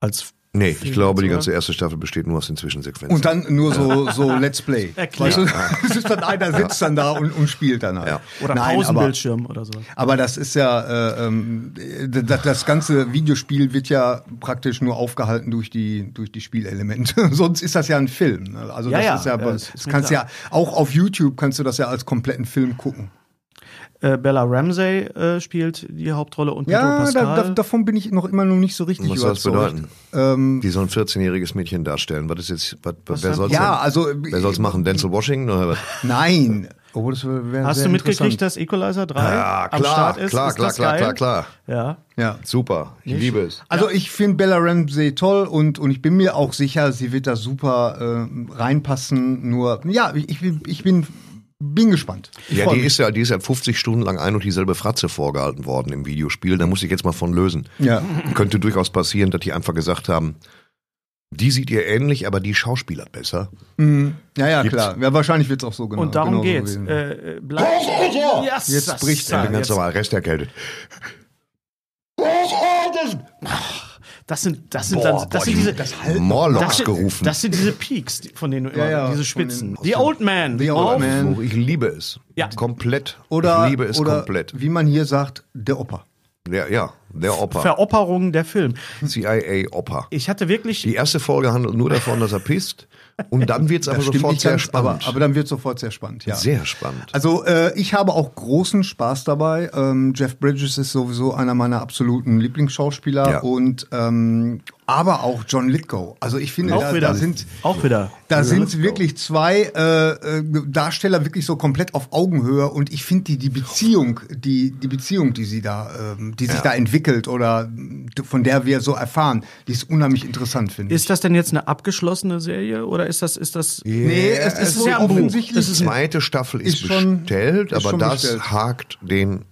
Als Nee, ich Filme, glaube, die oder? ganze erste Staffel besteht nur aus den Zwischensequenzen. Und dann nur so, so Let's Play. Erklärt. du, es ist dann einer sitzt dann da und, und spielt dann halt. Ja. oder Nein, aber, Pausenbildschirm oder so. aber das ist ja, äh, ähm, das, das ganze Videospiel wird ja praktisch nur aufgehalten durch die, durch die Spielelemente. Sonst ist das ja ein Film. ne? Also Ja, das ja, ist ja, ja, das, das ist mir kannst klar. ja, auch auf YouTube kannst du das ja als kompletten Film gucken. Äh, Bella Ramsey äh, spielt die Hauptrolle und Pedro Ja, Pascal. da, da, davon bin ich noch immer noch nicht so richtig Was soll das überzeugt. bedeuten? Ähm, Die soll ein 14-jähriges Mädchen darstellen. Was ist jetzt, was, wer soll's Ja, denn- also- Wer soll's machen? Denzel Washington oder was? nein. Obwohl, das wär Hast sehr du mitgekriegt, interessant. dass Equalizer 3 Ja, am klar, Start ist? klar, ist klar, das klar, geil? klar, klar. Ja. Ja. Super. Ich liebe es. Also ich finde Bella Ramsey toll und, und ich bin mir auch sicher, sie wird da super äh, reinpassen. Nur, ja, ich, bin- ich bin, bin gespannt. Ich Ja, freu die mich. ist ja, die ist ja 50 Stunden lang ein und dieselbe Fratze vorgehalten worden im Videospiel. Da muss ich jetzt mal von lösen. Ja. Könnte durchaus passieren, dass die einfach gesagt haben, die sieht ihr ähnlich, aber die schauspielert besser. ja, ja, Gibt's. klar. Ja, wahrscheinlich wird es auch so genau. Und darum genauso geht's. gewesen. Äh, bleib yes, Jetzt bricht's. Ich bin ganz Jetzt, normal, Rest erkältet. das sind, das sind, Boah, dann, das boah, sind ich- diese, das halt- Morlocks das sind, gerufen. Das sind diese Peaks, die- von denen du immer, Ja, ja, diese von Spitzen. den- The Old Man. The Old Auf- Man. Ähm. Ich liebe es. Ja. Komplett. Oder, ich liebe es oder komplett. wie man hier sagt, der Opa. Ja, ja, der Opa. Veropperung der Film. CIA-Opa. Ich hatte wirklich, Die erste Folge handelt nur davon, dass er pisst. Und dann wird's aber Das stimmt sofort nicht sehr ganz, spannend. Aber, aber dann wird sofort sehr spannend, ja. Sehr spannend. Also äh, ich habe auch großen Spaß dabei. Ähm, Jeff Bridges ist sowieso einer meiner absoluten Lieblingsschauspieler Ja. und ähm, aber auch John Lithgow. Also ich finde, auch da, wieder, da sind auch wieder. da sind wirklich zwei äh, äh, Darsteller wirklich so komplett auf Augenhöhe und ich finde die die Beziehung, die die Beziehung, die sie da, ähm, die sich da entwickelt oder mh, von der wir so erfahren, die ist unheimlich interessant finde ich. Ist das denn jetzt eine abgeschlossene Serie oder ist das, ist das? Nee, es es ist ist wohl ja ein Buch. offensichtlich. Es ist Die zweite Staffel ist, Ist schon- bestellt, ist aber schon das bestellt. hakt den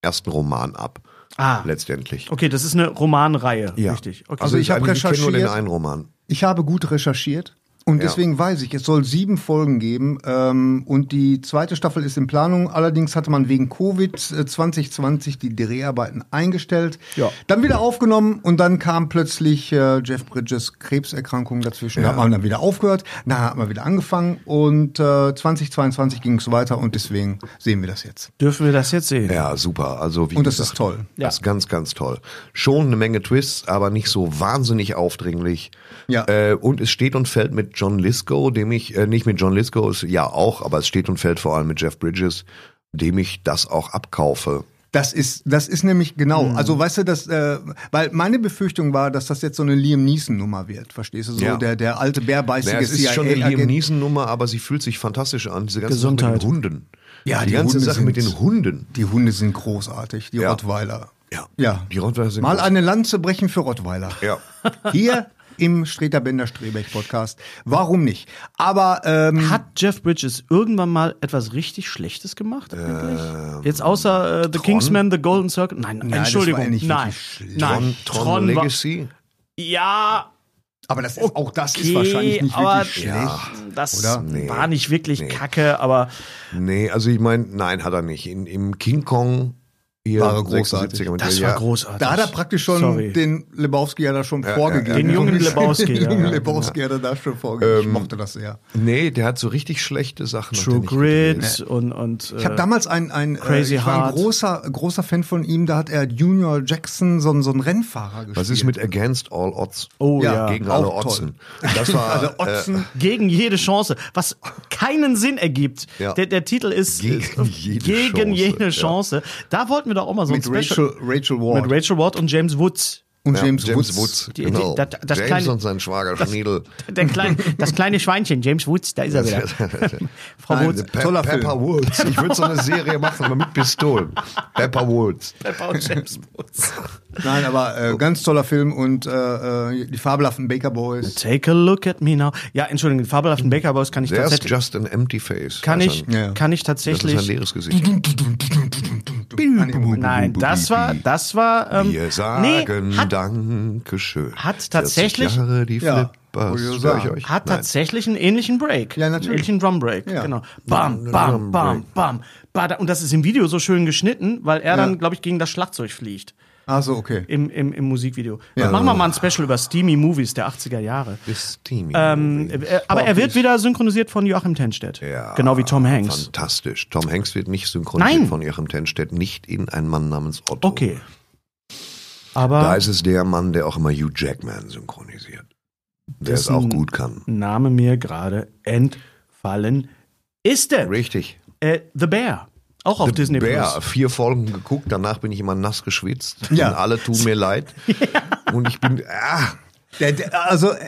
ersten Roman ab. Ah. Letztendlich. Okay, das ist eine Romanreihe, Ja. richtig. Okay. Also ich ich hab habe recherchiert. Ich kenne nur den recherchiert. einen Roman. Ich habe gut recherchiert und Ja. deswegen weiß ich, es soll sieben Folgen geben ähm, und die zweite Staffel ist in Planung. Allerdings hatte man wegen Covid äh, 2020 die Dreharbeiten eingestellt, Ja. dann wieder aufgenommen und dann kam plötzlich äh, Jeff Bridges Krebserkrankung dazwischen. Da hat man dann wieder aufgehört, da hat man wieder angefangen und äh, 2022 ging es weiter und deswegen sehen wir das jetzt. Dürfen wir das jetzt sehen? Ja, super. Also wie Und das gesagt, ist toll. Das ist ganz, ganz toll. Schon eine Menge Twists, aber nicht so wahnsinnig aufdringlich. Ja. Äh, und es steht und fällt mit John Lithgow, dem ich, äh, nicht mit John Lithgow, ist ja auch, aber es steht und fällt vor allem mit Jeff Bridges, dem ich das auch abkaufe. Das ist, das ist nämlich genau. Mhm. Also weißt du, das, äh, weil meine Befürchtung war, dass das jetzt so eine Liam Neeson Nummer wird. Verstehst du so Ja. der der alte bärbeißige Ja, es ist CIA schon eine Liam Agent. Neeson-Nummer, aber sie fühlt sich fantastisch an. Diese ganze Sache Gesundheit. mit den Hunden. Ja, die, die ganze Hunde Sache mit sind- den Hunden. Die Hunde sind großartig, die Ja. Rottweiler. Ja. ja. Die Rottweiler sind Mal groß. eine Lanze brechen für Rottweiler. Ja. Hier im Streter Bender Strebeck Podcast. Warum nicht? Aber ähm, Hat Jeff Bridges irgendwann mal etwas richtig Schlechtes gemacht eigentlich? Jetzt außer äh, The Kingsman, The Golden Circle? Nein, war Entschuldigung, ja nicht nein, wirklich nein. Tron, Tron, Legacy. War, ja, aber das ist, auch das ist okay, wahrscheinlich nicht aber- wirklich schlecht. Ja. das Oder? Nee. war nicht wirklich Kacke, aber Nee, also ich meine, nein, hat er nicht. In, Im King Kong hier War er großartig. 76er mit das der- war großartig. Da hat er praktisch schon Sorry. den Lebowski ja da schon vorgegeben. Den jungen So ein bisschen. Lebowski, Den ja. jungen Ja, genau. Lebowski hat er da schon vorgegeben. Ähm, ich mochte das sehr. Nee, der hat so richtig schlechte Sachen. hat True der nicht Grit und, und Ich habe damals ein, ein äh, Crazy äh, ich war ein Heart. großer, großer Fan von ihm, da hat er Junior Jackson, so, einen- so einen Rennfahrer gespielt. Was ist mit Against All Odds? oh ja, ja, Gegen auch alle toll. Otzen. Das war äh, also Otzen? Gegen jede Chance, was keinen Sinn ergibt. Ja. Der, der Titel ist Gegen ist- jede gegen Chance, jede ja. Chance. Da wollten wir doch auch mal so mit ein Special Rachel, Rachel Ward. mit Rachel Ward und James Woods. Und James, James Woods. Woods. Die- die- genau. das- das James kleine- und sein Schwager Schniedel. Der klein, das kleine Schweinchen, James Woods, da ist er wieder. Frau Nein, Woods. Pe Toller Pepper Film. Woods. Ich würde so eine Serie machen, aber mit Pistolen. Pepper Woods. James Woods. Nein, aber äh, ganz toller Film und äh, äh, die fabelhaften Baker Boys. Take a look at me now. Ja, Entschuldigung, den fabelhaften Baker Boys kann ich There's tatsächlich. just an empty face. Kann Das ist ich, ein- Ja. kann ich Das ist ein tatsächlich. leeres Gesicht. Nein, das war, das war. Ähm, Wir sagen nee, hat, Dankeschön. hat 40 tatsächlich- Jahre die Ja, Flippers. wollte ich Stör ich sagen. euch? hat Nein. tatsächlich einen ähnlichen Break. Ja, natürlich. Einen ähnlichen Drumbreak. Ja. Genau. Bam, bam, bam, bam, bada. Und das ist im Video so schön geschnitten, weil er dann, glaube ich, gegen das Schlagzeug fliegt. Ach so, okay. Im, im, im Musikvideo. Dann Machen wir mal ein Special über Steamy Movies der 80er Jahre. Ist Steamy Ähm, Movie. äh, aber er wird wieder synchronisiert von Joachim Tenstedt. Ja. Genau wie Tom Hanks. Fantastisch. Tom Hanks wird nicht synchronisiert Nein. von Joachim Tenstedt, nicht in einen Mann namens Otto. Okay. Ähm, Aber Da ist es der Mann, der auch immer Hugh Jackman synchronisiert. Der es Dessen- auch gut kann. Name mir gerade entfallen ist er. Richtig. Äh, The Bear. Auch auf Disney Bear, Plus. vier Folgen geguckt, danach bin ich immer nass geschwitzt. Ja. Und alle tun mir leid. Und ich bin, ah, Der, der, also, äh,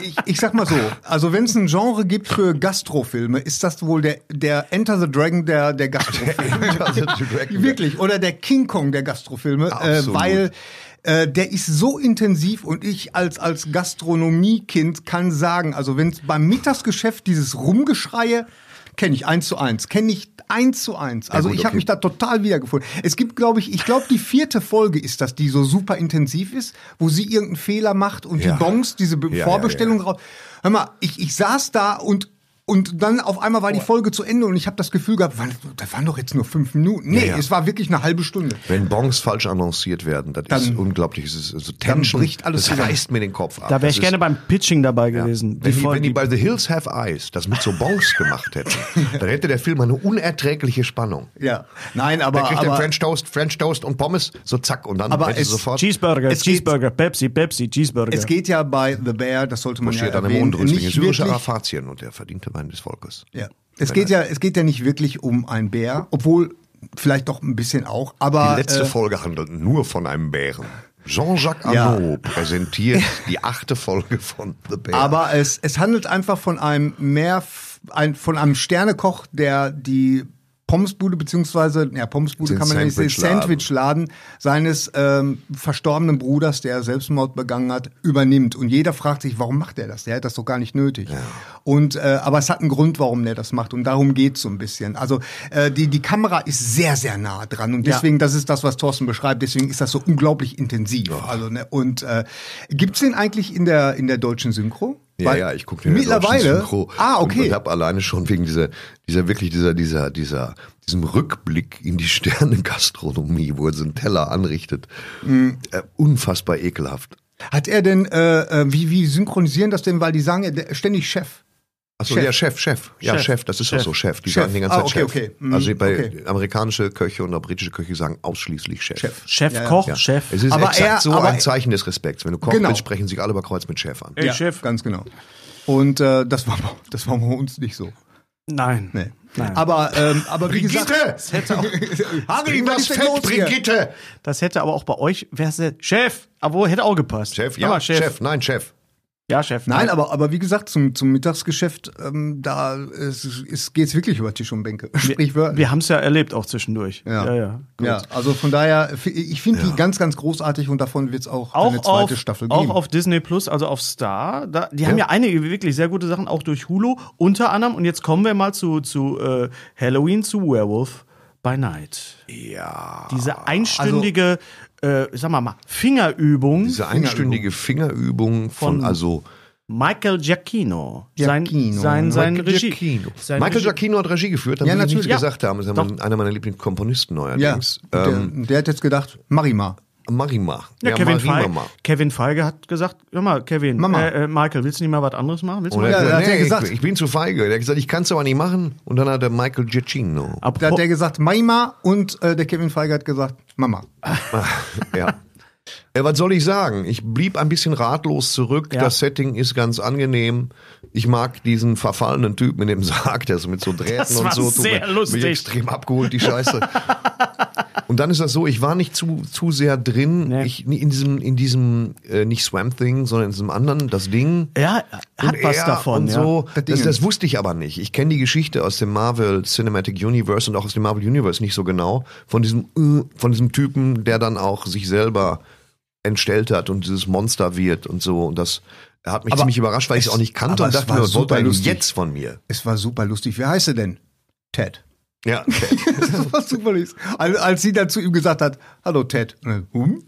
ich, ich sag mal so, also wenn es ein Genre gibt für Gastrofilme, ist das wohl der, der Enter the Dragon der, der Gastrofilme. Enter the Dragon. Wirklich, oder der King Kong der Gastrofilme, äh, Absolut. weil äh, der ist so intensiv und ich als, als Gastronomiekind kann sagen, also wenn es beim Mittagsgeschäft dieses Rumgeschreie, kenne ich eins zu eins, kenne ich eins zu eins. Also gut, ich habe okay. mich da total wiedergefunden. Es gibt, glaube ich, ich glaube, die vierte Folge ist das, die so super intensiv ist, wo sie irgendeinen Fehler macht und Ja. die Bongs, diese Be Ja, ja, Vorbestellung ja. raus. Hör mal, ich, ich saß da und und dann auf einmal Oh. war die Folge zu Ende und ich habe das Gefühl gehabt, waren- das waren doch jetzt nur fünf Minuten. Nee, Ja, ja. es war wirklich eine halbe Stunde. wenn Bongs falsch annonciert werden, das ist Dann- unglaublich. Das ist also Tension, bricht alles das zusammen. reißt mir den Kopf ab. Da wäre Das ich gerne ist- beim Pitching dabei gewesen. Wenn die, Folge- wenn die bei The Hills Have Eyes das mit so Bongs gemacht hätten, dann hätte der Film eine unerträgliche Spannung. Ja, nein, Dann aber, kriegt er aber French Toast, French Toast und Pommes, so zack, und dann Aber hätte es- sofort... Cheeseburger, Es geht- Cheeseburger, Pepsi, Pepsi, Cheeseburger. es geht ja bei The Bear, das sollte man ja marschiert an einem erwähnen, Mondrüstling, nicht syrische wirklich. Arafazien und der verdiente Wein des Volkes. Ja. Es geht ja, es geht ja nicht wirklich um einen Bär, obwohl vielleicht doch ein bisschen auch, aber Die letzte äh, Folge handelt nur von einem Bären. Jean-Jacques Ja. Arnaud präsentiert die achte Folge von The Bear. Aber es, es handelt einfach von einem mehr ein, von einem Sternekoch, der die Pommesbude beziehungsweise ja Pommesbude Den kann man ja nicht sehen, Sandwichladen. Sandwichladen seines ähm, verstorbenen Bruders, der Selbstmord begangen hat, übernimmt und jeder fragt sich, warum macht er das? Der hat das doch gar nicht nötig. Und äh, aber es hat einen Grund, warum der das macht und darum geht's so ein bisschen. Also äh, die die Kamera ist sehr sehr nah dran und Ja. deswegen das ist das, was Thorsten beschreibt. Deswegen ist das so unglaublich intensiv. Also ne, und äh, gibt's den eigentlich in der in der deutschen Synchro? Ja, Weil ja, ich gucke den mittlerweile. deutschen Synchro ah, Und, okay. und habe alleine schon wegen dieser, dieser wirklich dieser, dieser, dieser, diesem Rückblick in die Sterne-Gastronomie, wo er so einen Teller anrichtet, Mhm. äh, unfassbar ekelhaft. Hat er denn äh, äh, wie wie synchronisieren das denn? Weil die sagen ja der- ständig Chef. Achso, Chef. ja, Chef, Chef. Ja, Chef. Chef, das ist Chef. auch so, Chef. Die Chef. sagen die ganze Ah, Zeit okay, Chef. okay. Mhm, Also bei okay. amerikanische Köche und britische Köche sagen ausschließlich Chef. Chef. Chef, Ja, ja. Koch, Ja. Chef. Es ist Aber exakt er- so aber ein er- Zeichen des Respekts. Wenn du Koch Genau. bist, sprechen sich alle über Kreuz mit Chef an. Ey, Chef. Ganz genau. Und äh, das war das war bei uns nicht so. Nein. Nee. Nein. Aber ähm, aber wie gesagt, Das hätte, auch, Harry, was ist denn los hier? das hätte aber auch bei euch, wer ist der? Chef, aber hätte auch gepasst. Chef, Sag ja, mal, Chef. ne? Chef. nein, Chef. Ja, Chef. Nein, aber, aber wie gesagt, zum, zum Mittagsgeschäft, ähm, da es, es geht's wirklich über Tisch und Bänke. Sprichwörtlich. Wir haben es ja erlebt auch zwischendurch. ja. ja gut. Ja, also von daher, f- ich finde die ganz, ganz großartig und davon wird es auch, auch eine zweite auf, Staffel auch geben. auf Disney Plus, also auf Star. Da, die haben ja einige wirklich sehr gute Sachen, auch durch Hulu unter anderem. Und jetzt kommen wir mal zu, zu äh, Halloween, zu Werewolf by Night. Ja. Also Diese einstündige, äh, sag mal mal, Fingerübung. Diese einstündige Fingerübung von, Von- also Michael Giacchino. Sein, Giacchino. sein, sein Regie. ne? Giacchino. Sein Michael Regie. Giacchino hat Regie geführt, damit Ja, ich nicht natürlich. gesagt haben. Ist ja mein- einer meiner Lieblingskomponisten ja, neuerdings. Ähm, der, der hat jetzt gedacht, mach ich mal. Marima. Ja, Kevin, Marima Feige, mal. Kevin Feige hat gesagt, hör mal, Kevin, Mama. Äh, äh, Michael, willst du nicht mal was anderes machen? Willst du Und mal er Ja, da hat hat gesagt, er nee, gesagt- ich, bin- ich bin zu feige. Der hat gesagt, ich kann es aber nicht machen. Und dann hat er Michael Giacchino. Da hat Apropos, der gesagt, mach ich mal und äh, der Kevin Feige hat gesagt, Mama. ja. Äh, was soll ich sagen? Ich blieb ein bisschen ratlos zurück. Ja. Das Setting ist ganz angenehm. Ich mag diesen verfallenen Typ mit dem Sarg, der so mit so Drähten Das und war so. Tut sehr mir- lustig. Mich extrem abgeholt, die Scheiße. Und dann ist das so, ich war nicht zu, zu sehr drin, Nee. ich, in diesem, in diesem äh, nicht Swamp Thing, sondern in diesem anderen, das Ding. Ja, hat Und was er davon. Und ja. so. Das das, Ding. das wusste ich aber nicht. Ich kenne die Geschichte aus dem Marvel Cinematic Universe und auch aus dem Marvel Universe nicht so genau. Von diesem, äh, von diesem Typen, der dann auch sich selber entstellt hat und dieses Monster wird und so. Und das hat mich Aber ziemlich überrascht, weil ich es es- auch nicht kannte aber und es dachte war mir, was wollte super er lustig. jetzt von mir? Es war super lustig. Wie heißt er denn? Ted. Ja, Das war super lustig. Als, als sie dann zu ihm gesagt hat, hallo Ted. Und er, Hm?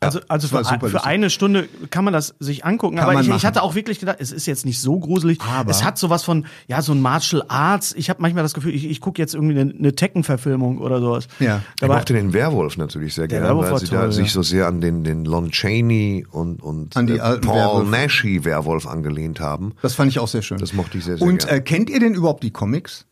Also, also war für, super für lustig. eine Stunde kann man das sich angucken, Kann aber man ich, ich machen. hatte auch wirklich gedacht, es ist jetzt nicht so gruselig. Aber- es hat sowas von, ja, so ein Martial Arts. Ich habe manchmal das Gefühl, ich, ich gucke jetzt irgendwie eine, eine Tekken-Verfilmung oder sowas. Ja. ich Aber mochte den Werwolf natürlich sehr gerne, Werwolf weil war sie toll, da ja. sich so sehr an den, den Lon Chaney und, und äh, An die alten Paul Werwölfe. Nashy Werwolf angelehnt haben. Das fand ich auch sehr schön. Das mochte ich sehr, sehr Und gerne. äh, kennt ihr denn überhaupt die Comics?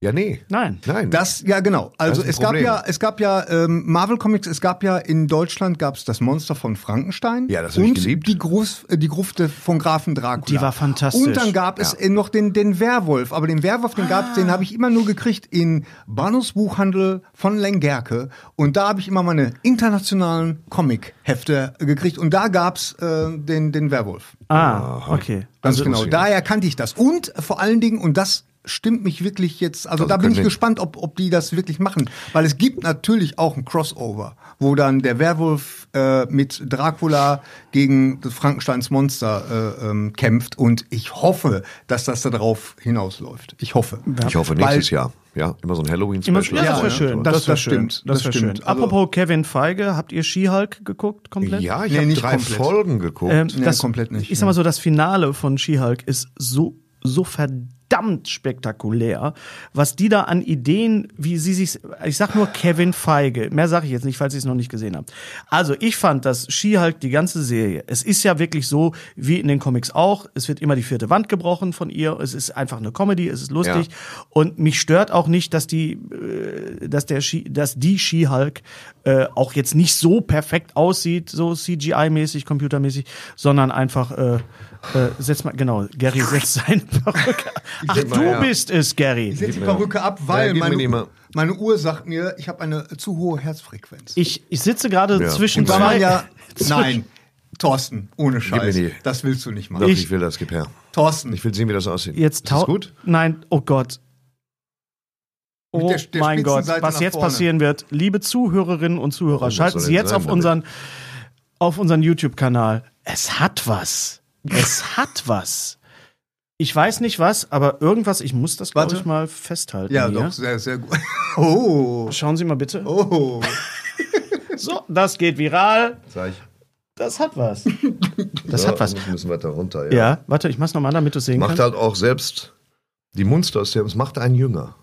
ja, nee. Nein. Nein. Das, ja genau. Also Das ist ein es gab Problem. ja, es gab ja ähm, Marvel Comics, es gab ja in Deutschland gab es das Monster von Frankenstein. Ja, das hab ich und geliebt. Die, Gruf, äh, die Grufte von Grafen Dracula. Die war fantastisch. Und dann gab es äh, noch den, den Werwolf. Aber den Werwolf, den gab's, Ah. den habe ich immer nur gekriegt in Bahnhofs Buchhandel von Lengerke. Und da habe ich immer meine internationalen Comic-Hefte gekriegt. Und da gab's äh, den, den Werwolf. ah, okay. Ganz Also- genau. Daher kannte ich das. Und vor allen Dingen, und das stimmt mich wirklich jetzt, also, da bin können ich wir- gespannt, ob, ob die das wirklich machen. Weil es gibt natürlich auch ein Crossover, wo dann der Werwolf äh, mit Dracula gegen das Frankensteins Monster äh, ähm, kämpft. Und ich hoffe, dass das darauf hinausläuft. Ich hoffe. Ich hoffe nächstes Jahr. Ja, immer so ein Immer, Halloween-Special. ja, das wäre ja, schön. das- wär das stimmt, schön. Das das wäre schön. stimmt. Also- Apropos Kevin Feige, habt ihr She-Hulk geguckt komplett? Ja, ich Nee, habe nicht drei komplett. Folgen geguckt. Ähm, Nee, das, komplett nicht, Ich sag mal so, das Finale von She-Hulk ist so, so verdammt spektakulär, was die da an Ideen, wie sie sich, ich sag nur Kevin Feige, mehr sage ich jetzt nicht, falls ihr es noch nicht gesehen habt. Also ich fand, dass She-Hulk die ganze Serie, es ist ja wirklich so wie in den Comics auch, es wird immer die vierte Wand gebrochen von ihr, es ist einfach eine Comedy, es ist lustig und mich stört auch nicht, dass die, äh, dass der, She, dass die She-Hulk äh, auch jetzt nicht so perfekt aussieht, so CGI-mäßig, computermäßig, sondern einfach äh, äh, setz mal, genau, Gary setzt seine Perücke. Ach, setz mal, du ja. bist es, Gary. Ich setze die Perücke ab, Ja, weil gib mir die mal. meine, meine Uhr sagt mir, ich habe eine zu hohe Herzfrequenz. Ich, ich sitze gerade Ja. zwischen Da zwei. man ja, nein, Thorsten, ohne Scheiß, die. das willst du nicht Doch, machen. ich, will das, gib her. Thorsten, Ich will sehen, wie das aussieht. Jetzt ist das tau- gut? Nein, oh Gott. Oh der- der mein Gott, Spitzenseite was nach jetzt vorne. passieren wird, liebe Zuhörerinnen und Zuhörer, was schalten soll Sie denn jetzt sein auf damit? unseren, auf unseren YouTube-Kanal. Es hat was. Es hat was. Ich weiß nicht was, aber irgendwas, ich muss das, glaube Warte. ich, mal festhalten. Ja, hier. doch, sehr, sehr gut. Oh, Schauen Sie mal bitte. oh. So, das geht viral. Zeig. Das hat was. Das Ja, hat was. Wir müssen weiter runter. Ja. Ja, warte, ich mach's nochmal, damit du sehen Macht kannst. halt auch selbst die Munster aus dem, es macht einen jünger.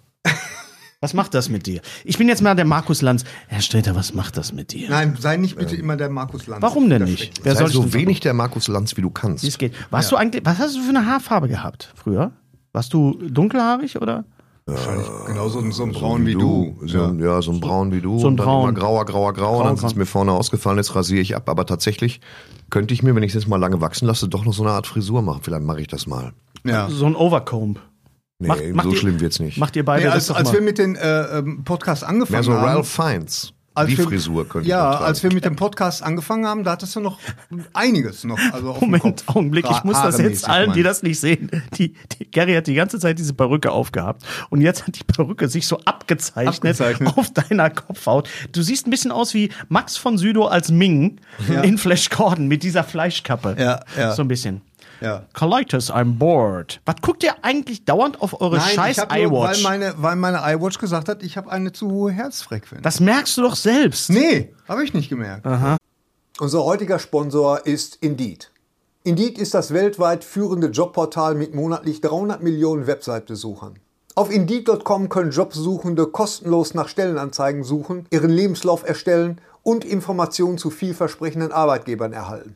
Was macht das mit dir? Ich bin jetzt mal der Markus Lanz. Herr Sträter, was macht das mit dir? Nein, sei nicht bitte immer der Markus Lanz. Ähm. Warum denn Das nicht? schreckt Wer Sei soll so denn- wenig der Markus Lanz, wie du wie es kannst. geht? Warst du eigentlich, was hast du für eine Haarfarbe gehabt früher? Warst du dunkelhaarig oder? wahrscheinlich Äh, Genau so, ein- so ein Braun wie du. So, ein- ja, so ein Braun wie du. so ein und dann Braun. immer grauer, grauer, grau. Und Braun, dann ist braun. es mir vorne ausgefallen, jetzt rasiere ich ab. Aber tatsächlich könnte ich mir, wenn ich es jetzt mal lange wachsen lasse, doch noch so eine Art Frisur machen. Vielleicht mache ich das mal. Ja. So ein Overcomb. Nee, Macht- macht so ihr- schlimm wird's nicht. Macht ihr beide Nee, das als, doch als mal. wir mit dem äh, ähm, Podcast angefangen Mehr so haben. Ralph Fiennes. als die wir- Frisur könnte ich Ja, noch tragen. als wir mit dem Podcast angefangen haben, da hattest du noch einiges noch. Also auf dem Moment, Kopf. Augenblick, ich Ra- muss das jetzt haaremäßig, allen, die meine das nicht sehen. Die, die, Gary hat die ganze Zeit diese Perücke aufgehabt und jetzt hat die Perücke sich so abgezeichnet, Abgezeichnet. auf deiner Kopfhaut. Du siehst ein bisschen aus wie Max von Sydow als Ming in Flash Gordon mit dieser Fleischkappe. Ja, ja. So ein bisschen. Ja. Colitis, I'm bored. Was guckt ihr eigentlich dauernd auf eure Nein, scheiß ich hab nur, weil iWatch? meine, weil meine iWatch gesagt hat, ich habe eine zu hohe Herzfrequenz. das merkst du doch selbst. nee, habe ich nicht gemerkt. Unser heutiger Sponsor ist Indeed. Indeed ist das weltweit führende Jobportal mit monatlich 300 Millionen Website-Besuchern. Auf Indeed.com können Jobsuchende kostenlos nach Stellenanzeigen suchen, ihren Lebenslauf erstellen und Informationen zu vielversprechenden Arbeitgebern erhalten.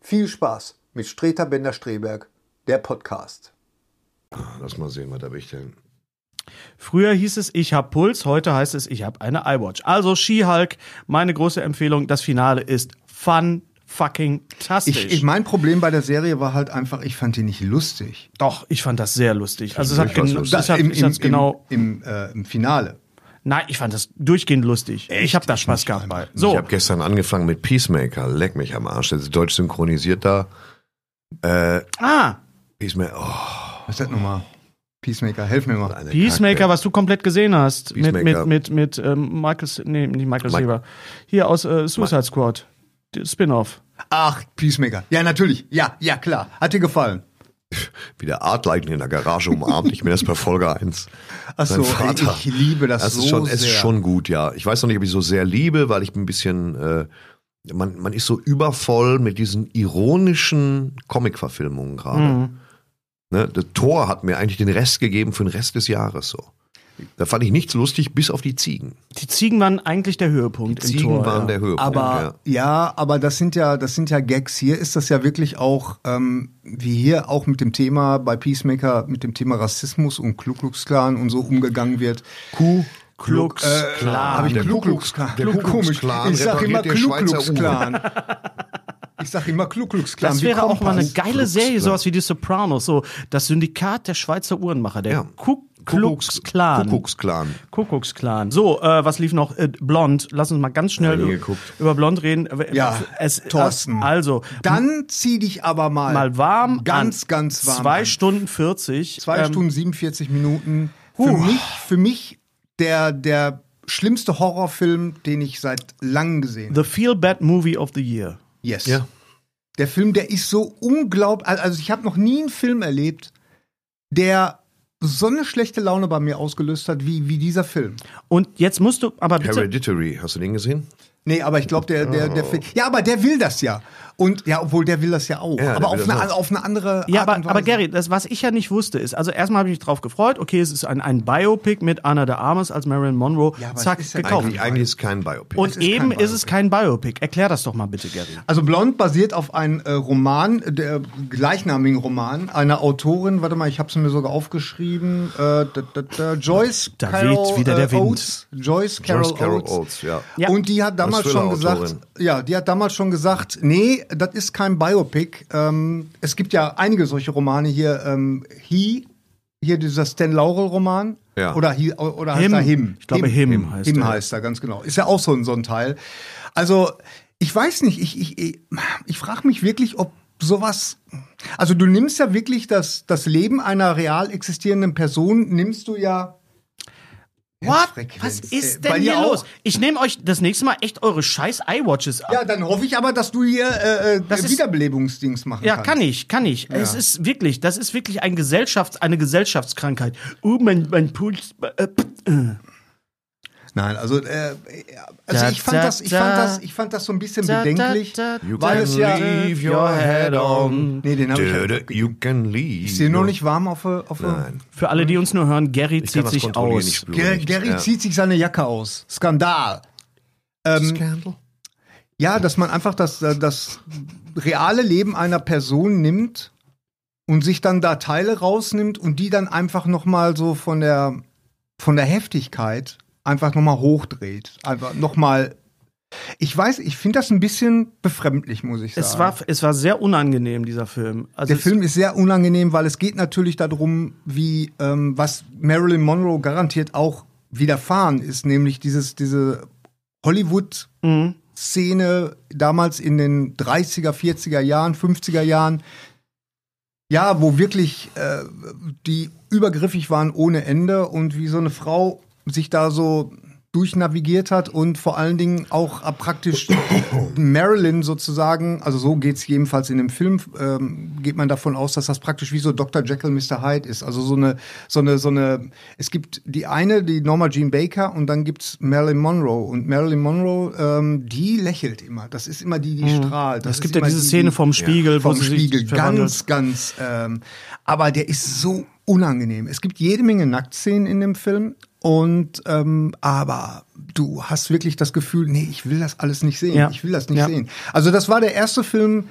viel Spaß mit Streter Bender Streberg, der Podcast. Lass mal sehen, was da ich denn. Früher hieß es, ich hab Puls, heute heißt es, ich hab eine iWatch. Also She-Hulk, meine große Empfehlung, das Finale ist fun fucking tastisch. Ich, ich, mein Problem bei der Serie war halt einfach, ich fand die nicht lustig. Doch, ich fand das sehr lustig. Also es hat, durchaus gen lustig. es hat, im, es hat im, genau im, im, äh, im Finale. Nein, ich fand das durchgehend lustig. Ich habe da Spaß gehabt bei. So, Ich habe gestern angefangen mit Peacemaker. Leck mich am Arsch. Das ist deutsch synchronisiert da. ah, Peacemaker. Oh, Was ist das nochmal? Peacemaker, helf mir mal. eine Peacemaker, was du komplett gesehen hast mit mit Peacemaker. mit mit ähm, Michael, S- nee, nicht Michael Mike- Silver. Hier aus äh, Suicide Squad, Der Spin-off. Ach, Peacemaker. Ja, natürlich. Ja, ja, klar. Hat dir gefallen. Kacke. Wie der Artleichen in der Garage umarmt. Ich bin erst bei Folge 1. Ach Sein so, Vater. ich liebe das, Das so ist schon, sehr. es ist schon gut, ja. Ich weiß noch nicht, ob ich so sehr liebe, weil ich ein bisschen, äh, man, man ist so übervoll mit diesen ironischen Comic-Verfilmungen gerade. Mhm. Ne, das Tor hat mir eigentlich den Rest gegeben für den Rest des Jahres so. Da fand ich nichts lustig, bis auf die Ziegen. Die Ziegen waren eigentlich der Höhepunkt Die im Ziegen Tor. waren ja. der Höhepunkt. Aber ja. aber das sind ja, das sind ja Gags. Hier ist das ja wirklich auch, ähm, wie hier auch mit dem Thema bei Peacemaker, mit dem Thema Rassismus und Ku Klux Klan und so umgegangen wird. Kuh, Klux Äh, Klan. Hab ich Der Ku Ku Klux Klux- Klan. der Ku Klux Komisch. Klan Ich sag immer Ku repariert den Schweizer Klux Uhren. Klan. Ich sag immer Ku Klux Klan. Das wie wäre auch mal eine Kompass. geile Serie, sowas wie die Sopranos, so das Syndikat der Schweizer Uhrenmacher, der Ja. Ku Klux Klan. Kuckucksklan. Kuckucksklan. So, äh, was lief noch? Äh, Blond. Lass uns mal ganz schnell Ja, nie über, geguckt. über Blond reden. Ja, es, äh, Thorsten. Also, Dann zieh dich aber mal, mal warm. Ganz, an. ganz warm. Zwei an. Stunden 40. Zwei Ähm, Stunden 47 Minuten. Für mich, für mich der, der schlimmste Horrorfilm, den ich seit langem gesehen habe. The Feel Bad Movie of the Year. Yes. Ja. Der Film, der ist so unglaublich. Also, ich habe noch nie einen Film erlebt, der so eine schlechte Laune bei mir ausgelöst hat, wie, wie dieser Film. Und jetzt musst du aber bitte. Hereditary, hast du den gesehen? Nee, aber ich glaube, der, der, Oh. der Film. Ja, aber der will das ja. Und ja, obwohl der will das ja auch. Ja, aber der auf will das eine, auch. auf eine andere Ja, Art aber, und Weise. aber Gary, das, was ich ja nicht wusste, ist, also erstmal habe ich mich drauf gefreut, okay, es ist ein, ein Biopic mit Anna de Armas als Marilyn Monroe, Ja, aber es zack, ist ja gekauft. Eigentlich, eigentlich ist kein Biopic. Und es ist eben kein ist es kein Biopic. Erklär das doch mal bitte, Gary. Also Blond basiert auf einem äh, Roman, äh, der gleichnamigen Roman einer Autorin, warte mal, ich habe es mir sogar aufgeschrieben, äh, da, da, da, Joyce Da Carol äh, weht wieder der Wind. Oates. Joyce Carol, Joyce Carol Oates. Oates, ja. Ja. Und die hat damals Als schon gesagt, Thriller-Autorin. ja, die hat damals schon gesagt, nee, das ist kein Biopic. Ähm, es gibt ja einige solche Romane hier, ähm, He, hier dieser Stan Laurel Roman. Ja. Oder, he, oder heißt Ah, Him. er Him? Ich glaube, Him heißt Him er. heißt er, ganz genau. Ist ja auch so ein, so ein Teil. Also, ich weiß nicht, ich, ich, ich, ich frage mich wirklich, ob sowas. Also, du nimmst ja wirklich das, das Leben einer real existierenden Person, nimmst du ja. What? Was Herzfrequenz. Äh, ist bei dir denn hier auch? los? Ich nehme euch das nächste Mal echt eure scheiß iWatches ab. Ja, dann hoffe ich aber, dass du hier äh, äh, Das ist- Wiederbelebungsdings machen Ja, kannst. kann ich, kann ich. Es ist wirklich, das ist wirklich ein Gesellschafts-, eine Gesellschaftskrankheit. Oh, mein, mein Puls. Äh, pff, äh. Nein, also, äh, also Da, ich, fand da, das, ich, fand da. das, ich fand das so ein bisschen Da, da, bedenklich. da, da. You Weil can es ja- leave your head on. Nee, den hab ich- Dö, dö, You can leave. Ich sehe noch nicht warm auf. äh, auf Nein. Für alle, die uns nur hören, Gary Ich kann zieht das sich kontrollieren, aus. ich spüre Ger nichts. Gary Ja. zieht sich seine Jacke aus. Skandal. ähm, Scandal. Ja, dass man einfach das, äh, das reale Leben einer Person nimmt und sich dann da Teile rausnimmt und die dann einfach nochmal so von der, von der Heftigkeit einfach nochmal hochdreht. Einfach nochmal. Ich weiß, ich finde das ein bisschen befremdlich, muss ich sagen. es, war, es war sehr unangenehm, dieser Film. Also Der es- Film ist sehr unangenehm, weil es geht natürlich darum, wie ähm, was Marilyn Monroe garantiert auch widerfahren ist, nämlich dieses diese Hollywood Mhm. Szene damals in den 30er, 40er Jahren, 50er Jahren. Ja, wo wirklich äh, die übergriffig waren ohne Ende und wie so eine Frau sich da so durchnavigiert hat und vor allen Dingen auch ab praktisch Marilyn sozusagen, also so geht's jedenfalls in dem Film, ähm, geht man davon aus, dass das praktisch wie so Dr. Jekyll, Mr. Hyde ist. Also so eine, so eine, so eine, es gibt die eine, die Norma Jean Baker und dann gibt's Marilyn Monroe. Und Marilyn Monroe, ähm, die lächelt immer. Das ist immer die, die strahlt. Das Mhm. Es ist gibt ja immer diese die, Szene die- vom Spiegel, wo vom sie sich Spiegel. verwandelt. Ganz, ganz. Ähm, aber der ist so unangenehm. Es gibt jede Menge Nacktszenen in dem Film. Und ähm, aber du hast wirklich das Gefühl, nee, ich will das alles nicht sehen. Ja. Ich will das nicht Ja. sehen. Also das war der erste Film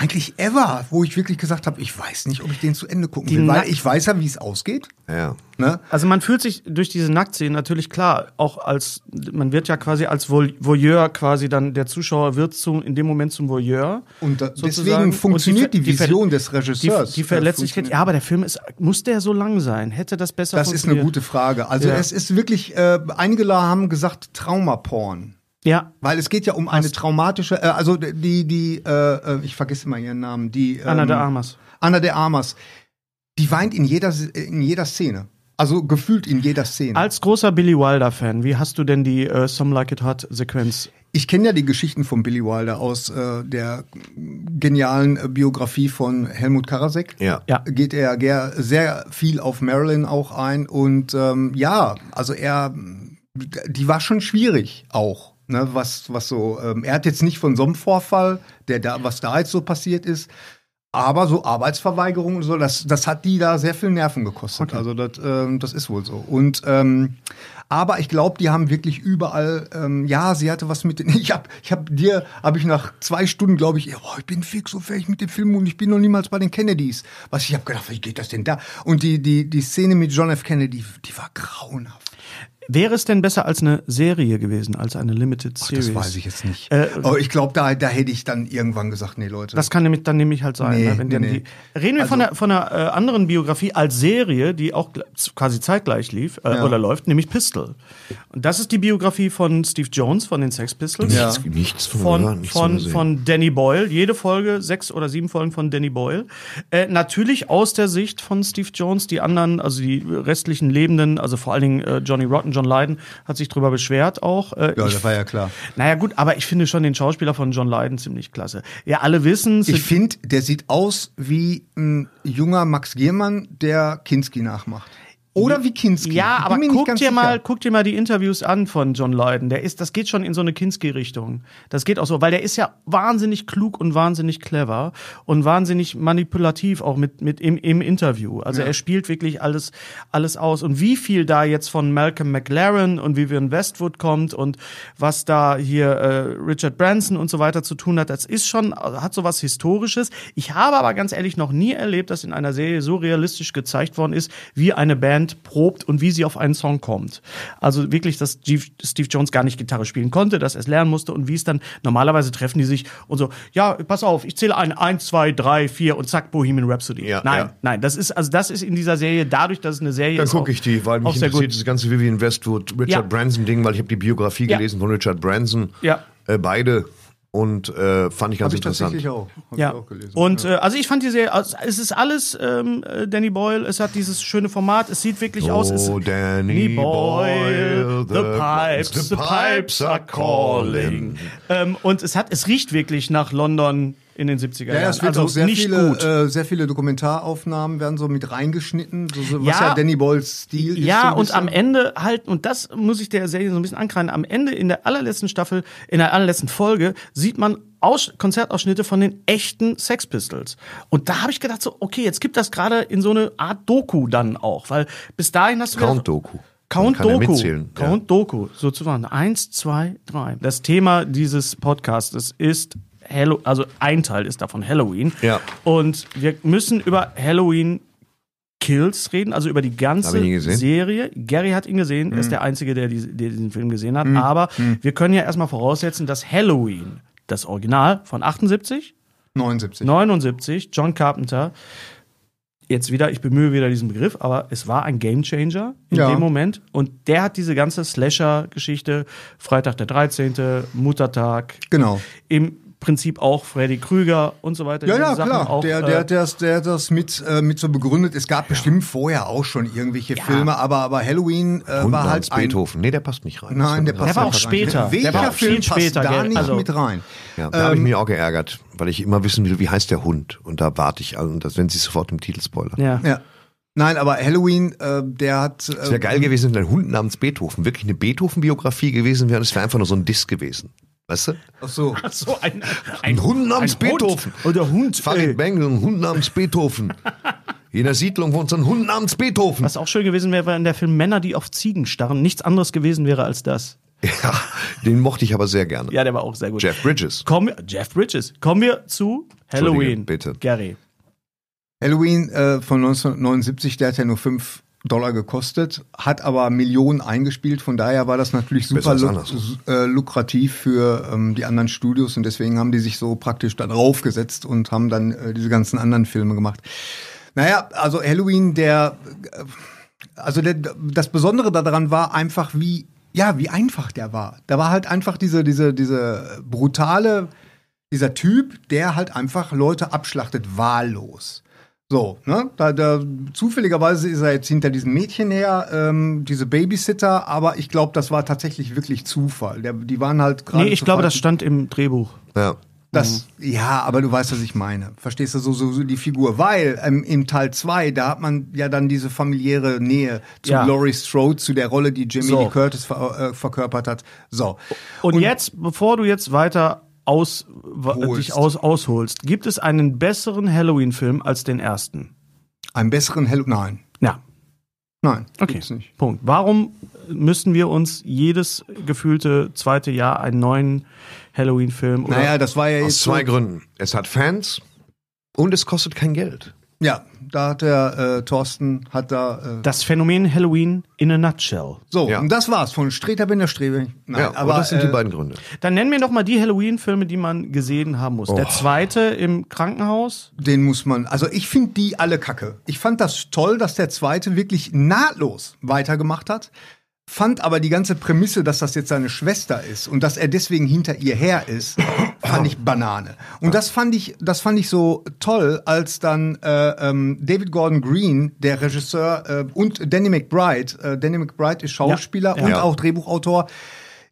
eigentlich ever, wo ich wirklich gesagt habe, ich weiß nicht, ob ich den zu Ende gucken Die will, weil Nackt- ich weiß ja, wie es ausgeht. Ja. Ne? Also man fühlt sich durch diese Nacktszenen natürlich klar, auch als man wird ja quasi als Voy- Voyeur quasi dann der Zuschauer wird zum, in dem Moment zum Voyeur. Und da, sozusagen. deswegen Und funktioniert Ver- die, Ver- Vision des Die, Regisseurs. die äh, Verletzlichkeit. funktioniert. Ja, aber der Film ist muss der so lang sein? Hätte das besser Das ist eine funktioniert? gute Frage. Also Ja. es ist wirklich, äh, einige La haben gesagt Traumaporn. Ja. Weil es geht ja um eine traumatische, äh, also die, die, äh, äh, ich vergesse immer ihren Namen, die ähm, Anna de Armas. Anna de Armas, die weint in jeder, in jeder Szene. Also gefühlt in jeder Szene. Als großer Billy Wilder Fan, wie hast du denn die äh, Some Like It Hot Sequenz? Ich kenne ja die Geschichten von Billy Wilder aus äh, der genialen äh, Biografie von Helmut Karasek. Ja. Ja. Geht er ger- sehr viel auf Marilyn auch ein. Und ähm, ja, also er, die war schon schwierig auch. Ne, was, was so, ähm, er hat jetzt nicht von so einem Vorfall, der da, was da jetzt so passiert ist, aber so Arbeitsverweigerung und so, das, das hat die da sehr viel Nerven gekostet. Also das, ähm, das ist wohl so. Und ähm, aber ich glaube, die haben wirklich überall, ähm, ja, sie hatte was mit den. Ich hab, ich hab dir, habe ich nach zwei Stunden, glaube ich, ja, boah, ich bin fix so fertig mit dem Film und ich bin noch niemals bei den Kennedys. Was ich habe gedacht, wie geht das denn da? Und die, die, die Szene mit John F. Kennedy, die war grauenhaft. Wäre es denn besser als eine Serie gewesen, als eine Limited Series? Das weiß ich jetzt nicht. Äh, aber ich glaube, da, da hätte ich dann irgendwann gesagt, nee, Leute. Das kann nämlich dann nämlich halt sein. Nee, ne? Wenn nee, dann nee. Also die, reden wir von einer, von einer äh, anderen Biografie als Serie, die auch gl- z- quasi zeitgleich lief äh, oder läuft, nämlich Pistol. Und das ist die Biografie von Steve Jones von den Sex Pistols. Ja. Nichts, nichts von, Von, nichts von, gesehen. von Danny Boyle. Jede Folge, sechs oder sieben Folgen von Danny Boyle. Äh, natürlich aus der Sicht von Steve Jones. Die anderen, also die restlichen Lebenden, also vor allen Dingen äh, Johnny Rotten, John Lydon, hat sich drüber beschwert auch. Äh, ja, ich, das war ja klar. naja, gut, aber ich finde schon den Schauspieler von John Lydon ziemlich klasse. Ja, alle wissen, Ich finde, der sieht aus wie ein junger Max Giermann, der Kinski nachmacht. Oder wie Kinski. Ja, Ich bin aber mir nicht guck ganz dir, sicher. mal, guck dir mal die Interviews an von John Lydon. Der ist, das geht schon in so eine Kinski-Richtung. Das geht auch so, weil der ist ja wahnsinnig klug und wahnsinnig clever und wahnsinnig manipulativ auch mit, mit im, im Interview. Also er spielt wirklich alles, alles aus. Und wie viel da jetzt von Malcolm McLaren und Vivian Westwood kommt und was da hier äh, Richard Branson und so weiter zu tun hat, das ist schon, also hat sowas Historisches. Ich habe aber ganz ehrlich noch nie erlebt, dass in einer Serie so realistisch gezeigt worden ist, wie eine Band probt und wie sie auf einen Song kommt. Also wirklich, dass Steve Steve Jones gar nicht Gitarre spielen konnte, dass er es lernen musste und wie es dann, normalerweise treffen die sich und so, ja, pass auf, ich zähle ein, eins, zwei, drei, vier und zack, Bohemian Rhapsody. Ja, nein, ja. nein, das ist, also das ist in dieser Serie, dadurch, dass es eine Serie Dann ist. gucke ich die, weil mich auch sehr interessiert gut. dieses ganze Vivian Westwood, Richard Ja. Branson-Ding, weil ich habe die Biografie Ja. gelesen von Richard Branson. Ja. Äh, beide. Und äh, fand ich ganz Hab ich interessant. tatsächlich auch. Hab Ja. ich auch gelesen. Und äh, also ich fand die Serie, also es ist alles ähm, äh, Danny Boyle, es hat dieses schöne Format, es sieht wirklich aus. Es Oh, Danny Boyle, the pipes, the pipes are calling. Ähm, und es hat, es riecht wirklich nach London in den 70er Jahren. Ja, ja, es wird also auch sehr nicht viele, gut. Äh, sehr viele Dokumentaraufnahmen werden so mit reingeschnitten, so, so, was Ja. ja Danny Boyles Stil ist. so Ja, ein und am bisschen. Ende halt, und das muss ich der Serie so ein bisschen ankreiden, am Ende in der allerletzten Staffel, in der allerletzten Folge, sieht man Aus Konzertausschnitte von den echten Sex Pistols. Und da habe ich gedacht, so, okay, jetzt gibt das gerade in so eine Art Doku dann auch, weil bis dahin hast du. Count gedacht- Doku. Count Kann er Doku. mitzählen, ja. Count Doku, sozusagen. Eins, zwei, drei. Das Thema dieses Podcasts ist. Hallo, also ein Teil ist davon Halloween. Ja. Und wir müssen über Halloween Kills reden, also über die ganze Hab ich nie gesehen. Mhm. Serie. Gary hat ihn gesehen, er ist der Einzige, der, die, der diesen Film gesehen hat. Aber wir können ja erstmal voraussetzen, dass Halloween, das Original von 78, 79. 79, John Carpenter, jetzt wieder, ich bemühe wieder diesen Begriff, aber es war ein Gamechanger in Ja. dem Moment. Und der hat diese ganze Slasher-Geschichte, Freitag der 13., Muttertag, Genau. im Prinzip auch Freddy Krüger und so weiter. Ja, diese ja, Sachen klar. Auch, der, der, äh, der, der hat das mit, äh, mit so begründet. Es gab bestimmt vorher auch schon irgendwelche Filme, aber, aber Halloween äh, Und war halt ein. Beethoven. Nee, der passt nicht rein. Nein, der passt Der war auch einfach rein. später. Welcher Der war auch Film viel passt später, da gell? nicht Also- mit rein? Ja, da habe ich mich auch geärgert, weil ich immer wissen will, wie heißt der Hund. Und da warte ich, also, das, wenn sie sofort im Titel spoilern. ja. Ja. Nein, aber Halloween, äh, der hat. Es wäre Äh, geil gewesen, wenn ein Hund namens Beethoven wirklich eine Beethoven-Biografie gewesen wäre und es wäre einfach nur so ein Diss gewesen. Weißt du? ach so. So ein, Ein Hund namens Beethoven. Hund. Oder Hund. Farid Äh, Bengel, ein Hund namens Beethoven. Jeder Siedlung wohnt so ein Hund namens Beethoven. was auch schön gewesen wäre, wenn der Film Männer, die auf Ziegen starren, nichts anderes gewesen wäre als das. Ja, den mochte ich aber sehr gerne. Ja, der war auch sehr gut. Jeff Bridges. Kommen wir, Jeff Bridges. Kommen wir zu Halloween. Entschuldige, bitte. Gary. Halloween äh, von 1979, der hat ja nur 5 Dollar gekostet, hat aber Millionen eingespielt. Von daher war das natürlich Besser super als lu andersrum. su- äh, lukrativ für ähm, die anderen Studios und deswegen haben die sich so praktisch da draufgesetzt und haben dann äh, diese ganzen anderen Filme gemacht. Naja, also Halloween, der, äh, also der, das Besondere daran war einfach, wie, ja, wie einfach der war. Da war halt einfach diese, diese, diese brutale, dieser Typ, der halt einfach Leute abschlachtet, wahllos. So, ne? Da, da, zufälligerweise ist er jetzt hinter diesem Mädchen her, ähm, diese Babysitter, aber ich glaube, das war tatsächlich wirklich Zufall. Der, die waren halt gerade. Nee, ich zur glaube, das falschen- stand im Drehbuch. Ja. Mhm. das, ja, aber du weißt, was ich meine. Verstehst du so, so, so die Figur? Weil ähm, im Teil 2, da hat man ja dann diese familiäre Nähe zu Ja. Laurie Strode, zu der Rolle, die Jamie So. Lee Curtis ver äh, verkörpert hat. So. Und, jetzt, bevor du jetzt weiter aus, wa- Holst. dich aus, ausholst, gibt es einen besseren Halloween-Film als den ersten? Einen besseren Hell. Nein. Ja. Nein. Okay. gibt's nicht. Punkt. Warum müssen wir uns jedes gefühlte zweite Jahr einen neuen Halloween-Film oder Naja, das war ja Aus jetzt. zwei so- Gründen. Es hat Fans und es kostet kein Geld. Ja, da hat der äh, Thorsten, hat da. Äh, das Phänomen Halloween in a nutshell? so, Ja. und das war's von Streter bin der Strebe. Nein, äh, ja, aber das sind die beiden Gründe. Dann nennen wir doch mal die Halloween-Filme, die man gesehen haben muss. Oh. Der zweite im Krankenhaus. Den muss man, also ich finde die alle kacke. Ich fand das toll, dass der zweite wirklich nahtlos weitergemacht hat. Fand aber die ganze Prämisse, dass das jetzt seine Schwester ist und dass er deswegen hinter ihr her ist, fand ich Banane. Und das fand ich, das fand ich so toll, als dann äh, ähm, David Gordon Green, der Regisseur äh, und Danny McBride, äh, Danny McBride ist Schauspieler Ja. und Ja. auch Drehbuchautor,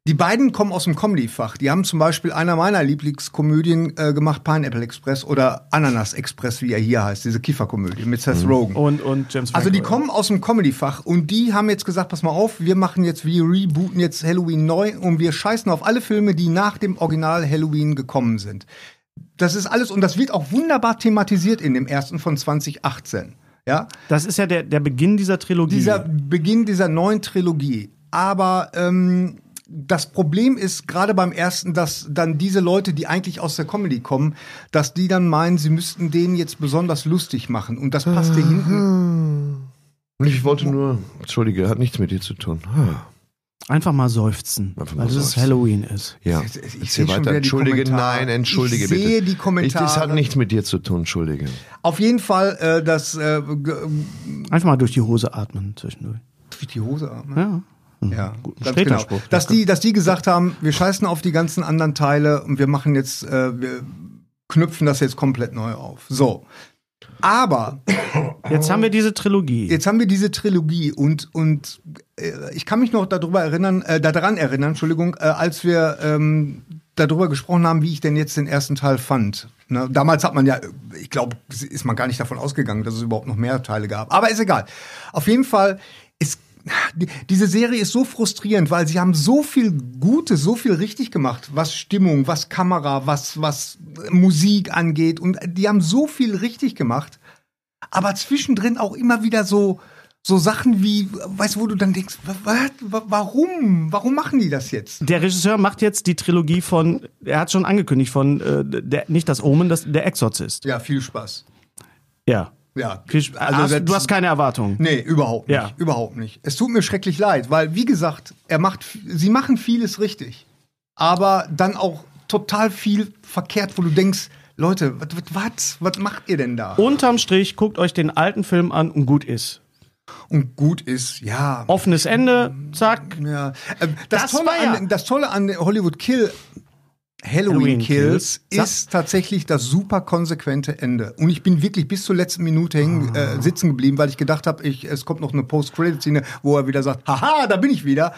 die beiden kommen aus dem Comedy-Fach. Die haben zum Beispiel einer meiner Lieblingskomödien äh, gemacht, Pineapple Express oder Ananas Express, wie er hier heißt, diese Kieferkomödie mit Seth Rogen. Und, und James Also die Franco. kommen aus dem Comedy-Fach und die haben jetzt gesagt, pass mal auf, wir machen jetzt, wir rebooten jetzt Halloween neu und wir scheißen auf alle Filme, die nach dem Original Halloween gekommen sind. Das ist alles und das wird auch wunderbar thematisiert in dem ersten von 2018. Ja, Das ist ja der, der Beginn dieser Trilogie. dieser Beginn dieser neuen Trilogie. Aber ähm, das Problem ist gerade beim ersten, dass dann diese Leute, die eigentlich aus der Comedy kommen, dass die dann meinen, sie müssten den jetzt besonders lustig machen. Und das passte Ah. hinten. Und ich wollte nur, Entschuldige, hat nichts mit dir zu tun. Ah, Einfach mal seufzen, Einfach mal weil es seufzen. Halloween ist. Ja, Ich- ich Jetzt seh hier schon wieder die Entschuldige, Kommentare. nein, entschuldige Ich bitte. sehe die Ich, das hat Kommentare. nichts mit dir zu tun, entschuldige. Auf jeden Fall, äh, das äh, g- Einfach mal durch die Hose atmen zwischendurch. durch die Hose atmen. Ja. Mhm. Ja, Hm. Guten ganz genau. Streterspruch. Dass die, dass die gesagt haben, wir scheißen auf die ganzen anderen Teile und wir machen jetzt, äh, wir knüpfen das jetzt komplett neu auf. So. Aber Jetzt haben wir diese Trilogie. Jetzt haben wir diese Trilogie und und äh, ich kann mich noch darüber erinnern, äh, daran erinnern, Entschuldigung, äh, als wir ähm, darüber gesprochen haben, wie ich denn jetzt den ersten Teil fand. Ne? Damals hat man ja, äh, ich glaube, ist man gar nicht davon ausgegangen, dass es überhaupt noch mehr Teile gab. Aber ist egal. Auf jeden Fall ist die- diese Serie ist so frustrierend, weil sie haben so viel Gutes, so viel richtig gemacht, was Stimmung, was Kamera, was was Musik angeht und die haben so viel richtig gemacht aber zwischendrin auch immer wieder so so Sachen wie, weißt du, wo du dann denkst, wa- wa- wa- warum? Warum machen die das jetzt? der Regisseur macht jetzt die Trilogie von, er hat schon angekündigt, von äh, der, nicht das Omen, das, der Exorzist. Ja, viel Spaß. Ja. Ja. Viel Sp- Also das- hast, du hast keine Erwartungen. Nee, überhaupt nicht. Ja. Überhaupt nicht. Es tut mir schrecklich leid, weil, wie gesagt, er macht, f- sie machen vieles richtig. Aber dann auch total viel verkehrt, wo du denkst, Leute, was, was, was macht ihr denn da? Unterm Strich guckt euch den alten Film an und gut ist. Und gut ist, ja. Offenes Ende, zack. Ja. Ähm, Das, Das Tolle war ja- an, das Tolle an Hollywood Kill, Halloween, Halloween Kills, Kills. ist tatsächlich das super konsequente Ende. Und ich bin wirklich bis zur letzten Minute hängen, Ah. äh, sitzen geblieben, weil ich gedacht habe, ich, es kommt noch eine Post-Credit-Szene, wo er wieder sagt, haha, da bin ich wieder.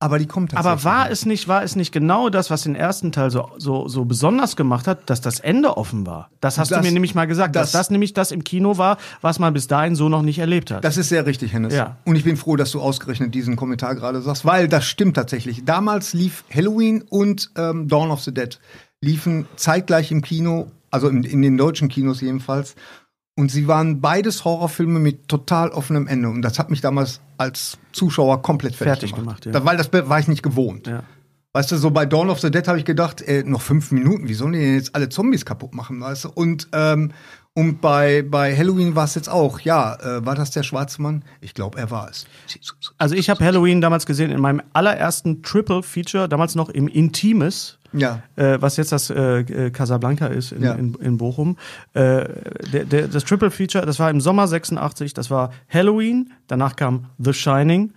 Aber die kommt tatsächlich. Aber war es nicht, war es nicht genau das, was den ersten Teil so, so, so besonders gemacht hat, dass das Ende offen war? Das hast Das- du mir nämlich mal gesagt, dass das- das nämlich das im Kino war, was man bis dahin so noch nicht erlebt hat. Das ist sehr richtig, Hennes. Ja. Und ich bin froh, dass du ausgerechnet diesen Kommentar gerade sagst, weil das stimmt tatsächlich. Damals lief Halloween und ähm, Dawn of the Dead liefen zeitgleich im Kino, also in, in den deutschen Kinos jedenfalls. Und sie waren beides Horrorfilme mit total offenem Ende. Und das hat mich damals als Zuschauer komplett fertig, Fertig gemacht. gemacht, ja. Da- Weil das be- war ich nicht gewohnt. Ja. Weißt du, so bei Dawn of the Dead habe ich gedacht, ey, noch fünf Minuten, wie sollen die denn jetzt alle Zombies kaputt machen, weißt du? Und, ähm, und bei, bei Halloween war es jetzt auch, ja, äh, war das der schwarze Mann? Ich glaube, er war es. Also ich habe Halloween damals gesehen in meinem allerersten Triple Feature, damals noch im Intimes. Ja. Äh, was jetzt das äh, äh, Casablanca ist in, Ja. in, in Bochum. Äh, der, der, das Triple Feature, das war im Sommer 86, das war Halloween, danach kam The Shining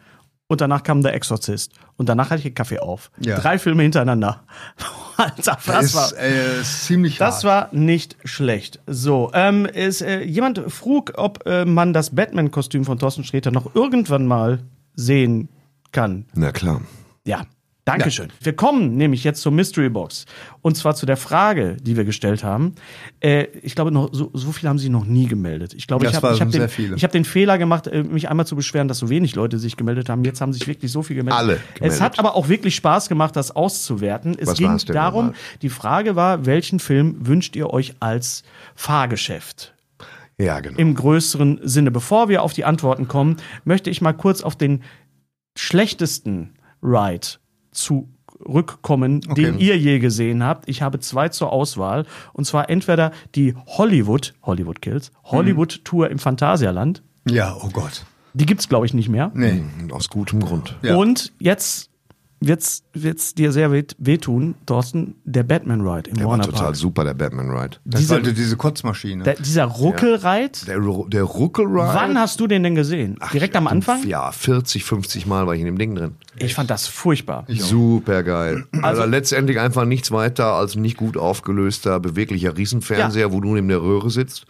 und danach kam The Exorcist. Und danach hatte ich den Kaffee auf. Ja. Drei Filme hintereinander. Alter, das war ist, äh, ist ziemlich hart. das war nicht schlecht. So, ähm, es, äh, jemand frug, ob äh, man das Batman-Kostüm von Thorsten Sträter noch irgendwann mal sehen kann. Na klar. Ja. Dankeschön. Wir kommen nämlich jetzt zur Mystery Box. Und zwar zu der Frage, die wir gestellt haben. Äh, ich glaube, noch, so, so viele haben sie noch nie gemeldet. Ich glaube, Das ich habe waren ich hab sehr den, viele. ich hab den Fehler gemacht, äh, mich einmal zu beschweren, dass so wenig Leute sich gemeldet haben. Jetzt haben sich wirklich so viel gemeldet. Alle gemeldet. Es hat aber auch wirklich Spaß gemacht, das auszuwerten. Es Was ging war's denn darum, nochmal? die Frage war, welchen Film wünscht ihr euch als Fahrgeschäft? Ja, genau. im größeren Sinne. Bevor wir auf die Antworten kommen, möchte ich mal kurz auf den schlechtesten Ride zurückkommen, den ihr je gesehen habt. Ich habe zwei zur Auswahl. Und zwar entweder die Hollywood, Hollywood Kills, Mhm. Hollywood Tour im Phantasialand. Ja, oh Gott. Die gibt's, glaube ich, nicht mehr. Nee. Mhm. Aus gutem Grund. Ja. Und jetzt wird's, wird's dir sehr weh, wehtun, Thorsten, der Batman Ride im Der war Warner total Park. super, der Batman Ride. Das Diese- war diese, diese Kotzmaschine. Der, dieser Ruckelride. Der, Ru- der Ruckel Ride. Wann hast du den denn gesehen? Direkt am Anfang? Ja, 40, 50 Mal war ich in dem Ding drin. Ich fand das furchtbar. Super geil. Also letztendlich einfach nichts weiter als ein nicht gut aufgelöster, beweglicher Riesenfernseher, wo du neben der Röhre sitzt.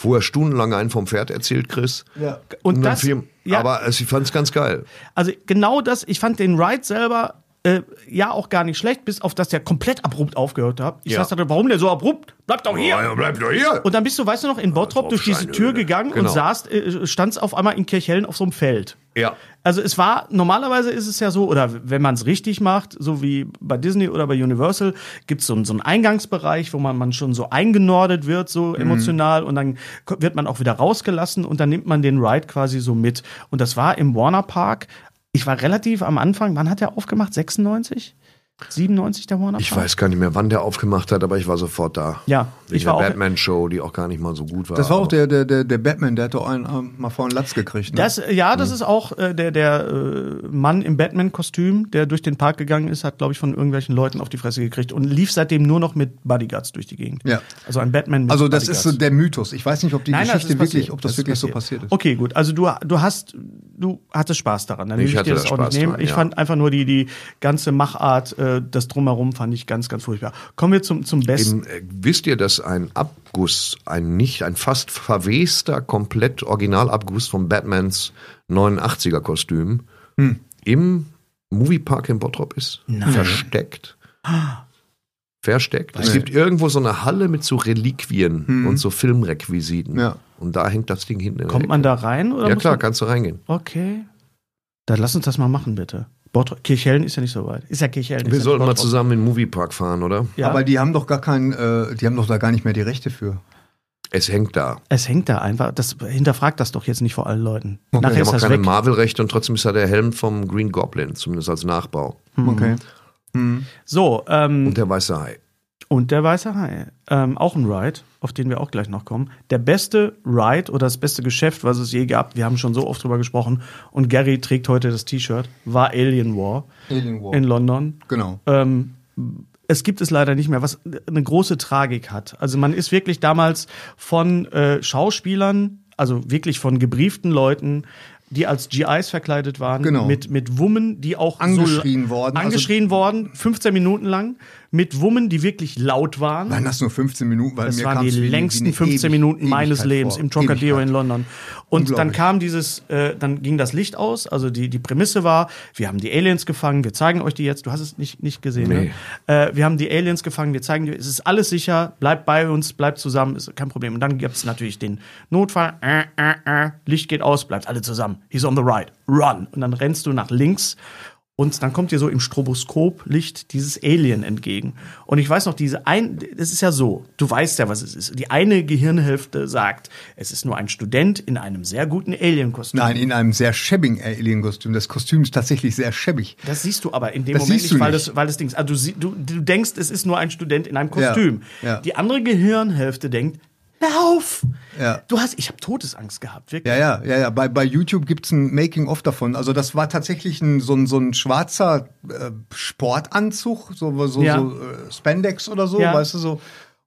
Vorher stundenlang einen vom Pferd erzählt, Chris. ja. Und Und dann das, viel, ja, Aber es, ich fand es ganz geil. also genau das, ich fand den Ride selber äh, ja auch gar nicht schlecht, bis auf dass der komplett abrupt aufgehört hat. Ich Ja. Oh, dachte, warum der so abrupt? Bleib doch hier! ja, bleib doch hier. Und dann bist du, weißt du noch, in Bottrop auf durch diese Steinhöhe. Tür gegangen Genau. und saßt, äh, standst auf einmal in Kirchhellen auf so einem Feld. Ja. Also es war, normalerweise ist es ja so, oder wenn man es richtig macht, so wie bei Disney oder bei Universal, gibt es so, so einen Eingangsbereich, wo man, man schon so eingenordet wird, Mhm. so emotional, und dann ko- wird man auch wieder rausgelassen und dann nimmt man den Ride quasi so mit. Und das war im Warner Park. Ich war relativ am Anfang, wann hat der aufgemacht? 96? 97 der Warner Park? Ich weiß gar nicht mehr, wann der aufgemacht hat, aber ich war sofort da. Ja, Wegen ich war auch- der Batman-Show, die auch gar nicht mal so gut war. Das war auch aber- der, der, der, der Batman, der hat doch einen, ähm, mal vor einen Latz gekriegt. Ne? Das, ja, das ist auch äh, der, der äh, Mann im Batman-Kostüm, der durch den Park gegangen ist, hat, glaube ich, von irgendwelchen Leuten auf die Fresse gekriegt und lief seitdem nur noch mit Bodyguards durch die Gegend. Ja. Also ein Batman mit also das Bodyguards. ist so der Mythos. Ich weiß nicht, ob die Nein, das Geschichte ist wirklich, passiert. ob das, ist wirklich so passiert ist. Okay, gut. Also du, du hast, du hattest Spaß daran. Dann will Ich hatte dir das da auch Spaß nicht nehmen. dran, ich ja. fand einfach nur die, die ganze Machart, äh, das Drumherum fand ich ganz, ganz furchtbar. Kommen wir zum, zum Besten. Im, äh, wisst ihr, dass ein Abguss, ein nicht, ein fast verwester, komplett Originalabguss von Batmans 89er-Kostüm Hm. im Moviepark in Bottrop ist? Versteckt. Versteckt. Es gibt irgendwo so eine Halle mit so Reliquien und so Filmrequisiten. Ja. Und da hängt das Ding hinten. in der Hm. Kommt man Ecke. da rein? Oder Ja muss klar, man- kannst du reingehen. Okay. Dann lass uns das mal machen, bitte. Bottrop, Kirchhellen ist ja nicht so weit. Ist ja Kirchhellen. ist Wir ja sollten mal Bottrop. zusammen in den Moviepark fahren, oder? Ja. Aber die haben doch gar keinen, äh, die haben doch da gar nicht mehr die Rechte für. Es hängt da. Es hängt da einfach. Das hinterfragt das doch jetzt nicht vor allen Leuten. Nachher Wir ist haben auch das keine weg. Marvel-Rechte und trotzdem ist da der Helm vom Green Goblin, zumindest als Nachbau. Mhm. Okay. Hm. So, ähm, Und der weiße Hai. und der weiße Hai. Ähm, auch ein Ride, auf den wir auch gleich noch kommen. Der beste Ride oder das beste Geschäft, was es je gab, wir haben schon so oft drüber gesprochen, und Gary trägt heute das T-Shirt, war Alien War Alien War. in London. Genau. Ähm, es gibt es leider nicht mehr, was eine große Tragik hat. Also man ist wirklich damals von äh, Schauspielern, also wirklich von gebrieften Leuten, die als GIs verkleidet waren, Genau. mit, mit Wummen, die auch Angeschrien worden. also angeschrien worden, 15 Minuten lang, mit Wummen, die wirklich laut waren. Waren das nur 15 Minuten? Weil Das mir waren die kam's wie- wie längsten eine 15 Ewig- Minuten meines Ewigkeit Lebens vor. im Trocadero Ewigkeit. in London. Und dann Unglaublich. kam dieses, äh, dann ging das Licht aus. Also die, die Prämisse war, wir haben die Aliens gefangen, wir zeigen euch die jetzt. Du hast es nicht, nicht gesehen, ne? Äh, wir haben die Aliens gefangen, wir zeigen dir, es ist alles sicher, bleibt bei uns, bleibt zusammen, ist kein Problem. Und dann gibt es natürlich den Notfall, äh, äh, äh, Licht geht aus, bleibt alle zusammen. He's on the right, run. Und dann rennst du nach links und dann kommt dir so im Stroboskoplicht dieses Alien entgegen. Und ich weiß noch, diese ein, es ist ja so, du weißt ja, was es ist. Die eine Gehirnhälfte sagt, es ist nur ein Student in einem sehr guten Alien-Kostüm. Nein, in einem sehr schäbigen Alien-Kostüm. Das Kostüm ist tatsächlich sehr schäbig. Das siehst du aber in dem Das Moment siehst du nicht, weil nicht. das, weil das Ding, also du, sie- du, du denkst, es ist nur ein Student in einem Kostüm. Ja, ja. Die andere Gehirnhälfte denkt, lauf! Ja. Du hast, ich habe Todesangst gehabt, wirklich. Ja, ja, ja, ja. Bei, bei YouTube gibt's ein Making-of davon. Also das war tatsächlich ein, so, ein, so ein schwarzer äh, Sportanzug, so, so, Ja. so äh, Spandex oder so, Ja. weißt du so.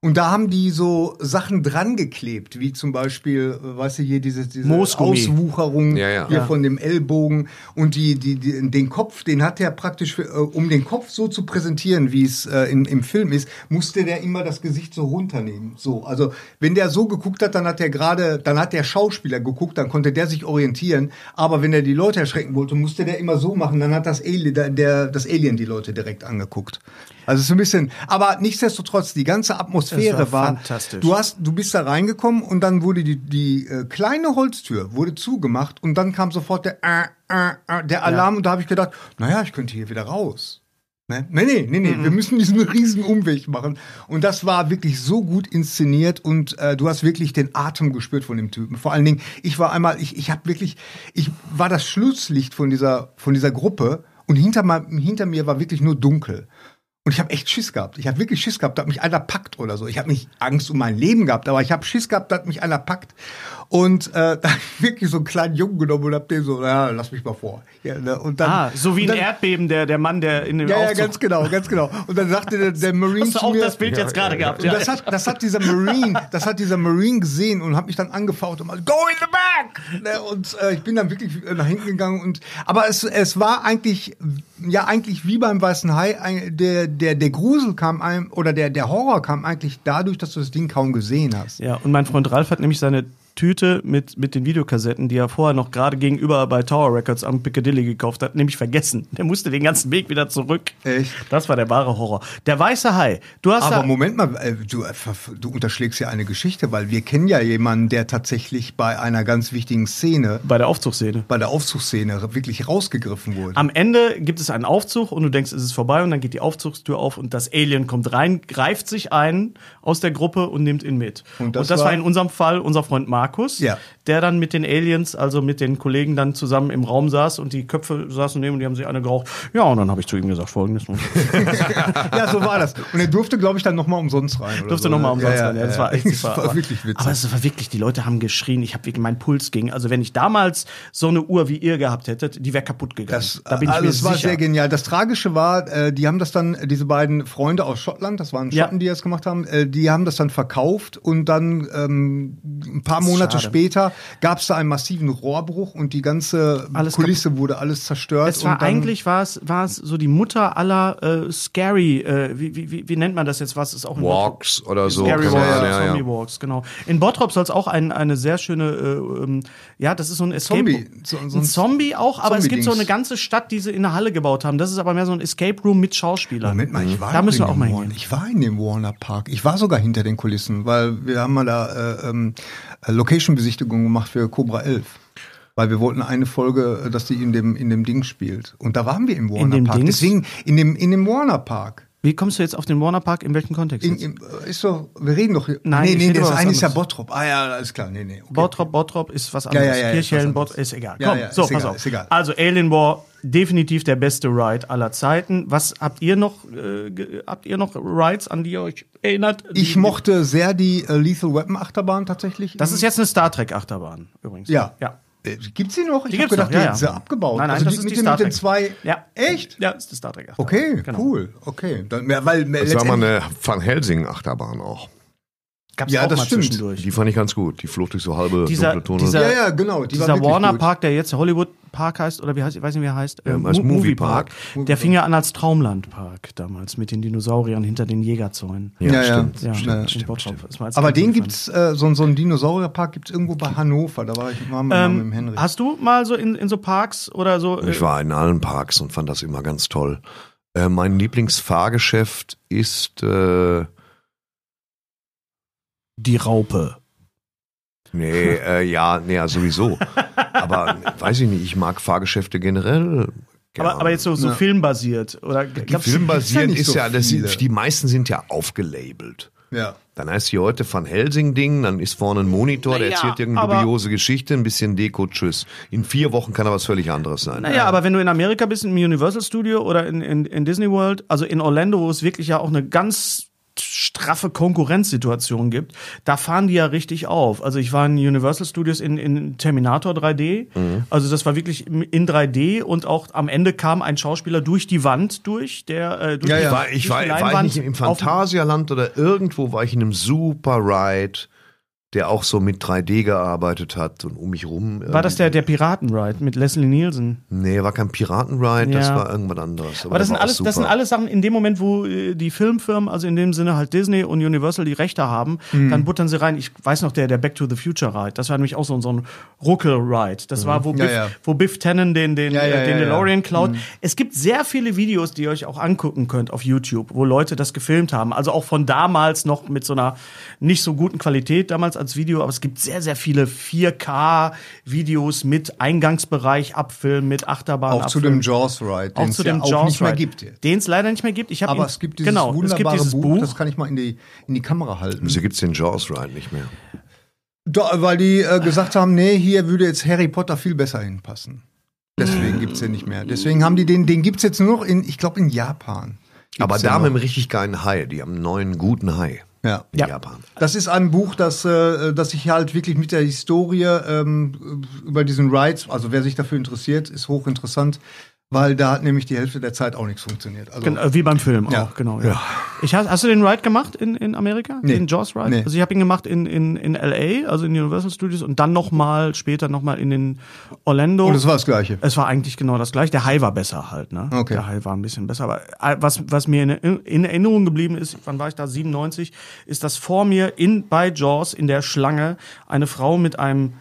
Und da haben die so Sachen dran geklebt, wie zum Beispiel, äh, weißt du, hier diese, diese Moosgummi. Auswucherung Ja, ja. hier Ja. von dem Ellbogen. Und die, die, die, den Kopf, den hat er praktisch, für, äh, um den Kopf so zu präsentieren, wie es äh, in, im Film ist, musste der immer das Gesicht so runternehmen. So, also wenn der so geguckt hat, dann hat der gerade, dann hat der Schauspieler geguckt, dann konnte der sich orientieren. Aber wenn er die Leute erschrecken wollte, musste der immer so machen, dann hat das Alien, der, der, das Alien die Leute direkt angeguckt. Also so ein bisschen, aber nichtsdestotrotz, die ganze Atmosphäre Das war war, fantastisch. du hast, du bist da reingekommen und dann wurde die, die äh, kleine Holztür wurde zugemacht und dann kam sofort der, äh, äh, äh, der Alarm und da habe ich gedacht, naja, ich könnte hier wieder raus. Ne? Nee, nee, nee, Mhm. nee. wir müssen diesen riesen Umweg machen. Und das war wirklich so gut inszeniert und äh, du hast wirklich den Atem gespürt von dem Typen. Vor allen Dingen, ich war einmal, ich, ich habe wirklich, ich war das Schlusslicht von dieser, von dieser Gruppe und hinter, mein, hinter mir war wirklich nur dunkel. Und ich habe echt Schiss gehabt. Ich habe wirklich Schiss gehabt, dass mich einer packt oder so. Ich habe nicht Angst um mein Leben gehabt, aber ich habe Schiss gehabt, dass mich einer packt. Und äh, da hab ich wirklich so einen kleinen Jungen genommen und hab dem so, ja, lass mich mal vor. Ja, ne? und dann, Ah, so wie und ein dann, Erdbeben, der, der Mann, der in dem ja, ja, Aufzug- ganz genau, ganz genau. Und dann sagte der, der Marine Hast du zu auch mir, das Bild jetzt gerade gehabt? und das hat, das hat dieser Marine, das hat dieser Marine gesehen und hat mich dann angefault und mal Go in the back! Ne, Und äh, ich bin dann wirklich äh, nach hinten gegangen und aber es, es war eigentlich ja eigentlich wie beim Weißen Hai ein- der der der Grusel kam einem oder der der Horror kam eigentlich dadurch, dass du das Ding kaum gesehen hast. Ja, und mein Freund Ralf hat nämlich seine Tüte mit, mit den Videokassetten, die er vorher noch gerade gegenüber bei Tower Records am Piccadilly gekauft hat, nämlich vergessen. Der musste den ganzen Weg wieder zurück. Echt? Das war der wahre Horror. Der weiße Hai. Du hast Aber da, Moment mal, äh, du, äh, ver- du unterschlägst ja eine Geschichte, weil wir kennen ja jemanden, der tatsächlich bei einer ganz wichtigen Szene, bei der Aufzugsszene. bei der Aufzugsszene wirklich rausgegriffen wurde. Am Ende gibt es einen Aufzug und du denkst, es ist vorbei und dann geht die Aufzugstür auf und das Alien kommt rein, greift sich ein aus der Gruppe und nimmt ihn mit. Und Und das, das war, war in unserem Fall unser Freund Markus, Ja. der dann mit den Aliens, also mit den Kollegen dann zusammen im Raum saß und die Köpfe saßen neben und die haben sich eine geraucht. Ja, und dann habe ich zu ihm gesagt folgendes. Und Ja, so war das. Und er durfte, glaube ich, dann nochmal umsonst rein. Oder durfte so, nochmal ne? umsonst ja, rein. Ja, ja, das war echt das super. war aber- wirklich witzig. Aber es war wirklich, die Leute haben geschrien, ich habe wirklich mein Puls ging. Also wenn ich damals so eine Uhr wie ihr gehabt hättet, die wäre kaputt gegangen. das, da bin ich also mir es war sicher. sehr genial. Das Tragische war, äh, die haben das dann, diese beiden Freunde aus Schottland, das waren Ja. Schotten, die das gemacht haben, äh, die haben das dann verkauft und dann ähm, ein paar Monate schade. später gab es da einen massiven Rohrbruch und die ganze Alles Kulisse wurde alles zerstört. Es war und um dann, eigentlich war es, war es so die Mutter aller äh, Scary, äh, wie, wie, wie, wie nennt man das jetzt? Was Mhm. ist auch in Walks Bottrop? oder so, Scary keine Walks, Ahnung, ja, Zombie ja. Walks, genau. In Bottrop soll es auch ein, eine sehr schöne, äh, ähm, ja, das ist so ein Escape. Zombie. So- Room. so ein ein Zombie auch, aber es gibt so Zombie-Dings. eine ganze Stadt, die sie in der Halle gebaut haben. Das ist aber mehr so ein Escape Room mit Schauspielern. Ah, Moment mal, ich war, Mhm. Da noch müssen in wir auch dem mal Warner, hingehen. ich war in dem Warner Park. Ich war sogar hinter den Kulissen, weil wir haben mal da äh, ähm, Location-Besichtigung gemacht für Cobra 11. Weil wir wollten eine Folge, äh, dass die in dem, in dem Ding spielt. Und da waren wir im Warner dem Park. Dings? Deswegen, in dem, in dem Warner Park. Wie kommst du jetzt auf den Warner Park? In welchem Kontext? In, jetzt? im, äh, ist doch, wir reden doch. Nein, ich nee, nee, rede das über was eine ist ja anderes. Bottrop. Ah ja, alles klar. Nee, nee. Okay. Bottrop, Bottrop ist was ja, anderes. ja, ist was Kirchhellen, anderes. Bottrop ist egal. Ja, Komm, ja, so, ist pass egal, auf. ist egal. Also Alien War, definitiv der beste Ride aller Zeiten. Was habt ihr noch, äh, ge- habt ihr noch Rides, an die ihr euch erinnert? Die- Ich mochte sehr die äh, Lethal Weapon Achterbahn tatsächlich. Das ist jetzt eine Star Trek Achterbahn übrigens. Ja. Ja. Äh, Gibt's die noch? Ich Die hab gibt's gedacht, noch, ja, die ja. hat sie abgebaut. Nein, nein, also das die, ist mit, die den, Star mit den Trek. zwei. Ja. Echt? Ja, ist eine Star Trek Achterbahn. Okay, Genau. cool. Okay. Dann, ja, weil äh, Das war mal eine Van Helsing-Achterbahn auch. Gab's Ja, auch das mal stimmt. zwischendurch. Die fand ich ganz gut. Die flog durch so halbe Dieser- dunkle Tone. dieser- Ja, ja, genau. die war dieser wirklich Warner gut. Park, der jetzt Hollywood Park heißt, oder wie heißt, ich weiß nicht, wie er heißt, ähm, heißt Mo- Movie Movie Park. Park, der fing ja an als Traumland Park damals mit den Dinosauriern hinter den Jägerzäunen. Ja, ja, ja. stimmt. Ja, stimmt, in stimmt, Bottrop. stimmt. Das war als Aber Kind den gefahren. gibt's, äh, so, so einen Dinosaurierpark gibt's irgendwo bei Hannover. Da war ich mal mit, mal mit dem Henry. Ähm, Hast du mal so in, in so Parks oder so? äh, Ich war in allen Parks und fand das immer ganz toll. Äh, mein Lieblingsfahrgeschäft ist. Äh, die Raupe. Nee, äh, ja, nee, ja, sowieso. Aber weiß ich nicht, ich mag Fahrgeschäfte generell. gern. Aber, aber jetzt so, so Ja. filmbasiert. Oder gab's- Filmbasiert Gibt's ja nicht ist so ja, das viele. sind, die meisten sind ja aufgelabelt. Ja. Dann heißt hier heute Van Helsing-Ding, dann ist vorne ein Monitor, der Naja, erzählt irgendeine aber- dubiose Geschichte, ein bisschen Deko, tschüss. In vier Wochen kann er was völlig anderes sein. Naja, aber wenn du in Amerika bist, im Universal Studio oder in, in, in Disney World, also in Orlando, wo es wirklich ja auch eine ganz straffe Konkurrenzsituation gibt, da fahren die ja richtig auf. Also ich war in Universal Studios in, in Terminator 3D. Mhm. Also das war wirklich im- in 3D und auch am Ende kam ein Schauspieler durch die Wand durch, der äh, durch Ja, die ja. Ich war, ich durch war, die war ich Leinwand nicht im auf- Phantasialand oder irgendwo war ich in einem Super Ride, der auch so mit 3D gearbeitet hat und um mich rum. War das der, der Piratenride mit Leslie Nielsen? Nee, war kein Piratenride, das Ja. war irgendwas anderes. Aber das der sind, war auch alles, das sind super. alles Sachen, in dem Moment, wo äh, die Filmfirmen, also in dem Sinne halt Disney und Universal die Rechte haben, Mhm. dann buttern sie rein. Ich weiß noch, der, der Back to the Future Ride, das war nämlich auch so, so ein Ruckel-Ride. Das war, wo, Mhm. Ja, Biff, ja. wo Biff Tannen den, den, Ja, ja, äh, den ja, Mhm. ja. DeLorean klaut. Es gibt sehr viele Videos, die ihr euch auch angucken könnt auf YouTube, wo Leute das gefilmt haben. Also auch von damals noch mit so einer nicht so guten Qualität damals als Video, aber es gibt sehr, sehr viele 4K-Videos mit Eingangsbereich, Abfilmen, mit Achterbahn. Auch zu abfilmen dem Jaws Ride, auch den's zu ja dem auch Jaws nicht mehr Ride, gibt jetzt. Den es leider nicht mehr gibt. Ich hab Aber ihn, es gibt dieses genau, es gibt wunderbare dieses Buch, Buch. das kann ich mal in die, in die Kamera halt. halten. Wieso gibt es den Jaws Ride nicht mehr? Da, weil die äh, gesagt haben, nee, hier würde jetzt Harry Potter viel besser hinpassen. Deswegen gibt's den nicht mehr. Deswegen haben die den, den gibt's jetzt nur noch in, ich glaube, in Japan. Gibt's Aber den da mit noch. einem richtig geilen Hai. Die haben einen neuen guten Hai ja. in Ja. Japan. Das ist ein Buch, das, äh, das sich halt wirklich mit der Historie ähm, über diesen Rides, also wer sich dafür interessiert, ist hochinteressant, weil da hat nämlich die Hälfte der Zeit auch nichts funktioniert. Also, Gen- äh, Wie beim Film Ja. auch, genau. Ja. Ich, hast, hast du den Ride gemacht in, in Amerika? Nee. Den Jaws Ride? Nee. Also ich habe ihn gemacht in, in, in L.A., also in Universal Studios und dann nochmal, später nochmal in den Orlando. Und es war Oh, das Gleiche. Es war eigentlich genau das gleiche. Der Hai war besser halt, ne? Okay. Der Hai war ein bisschen besser. Aber äh, was, was mir in, in Erinnerung geblieben ist, wann war ich da? 97, ist, dass vor mir in, bei Jaws in der Schlange eine Frau mit einem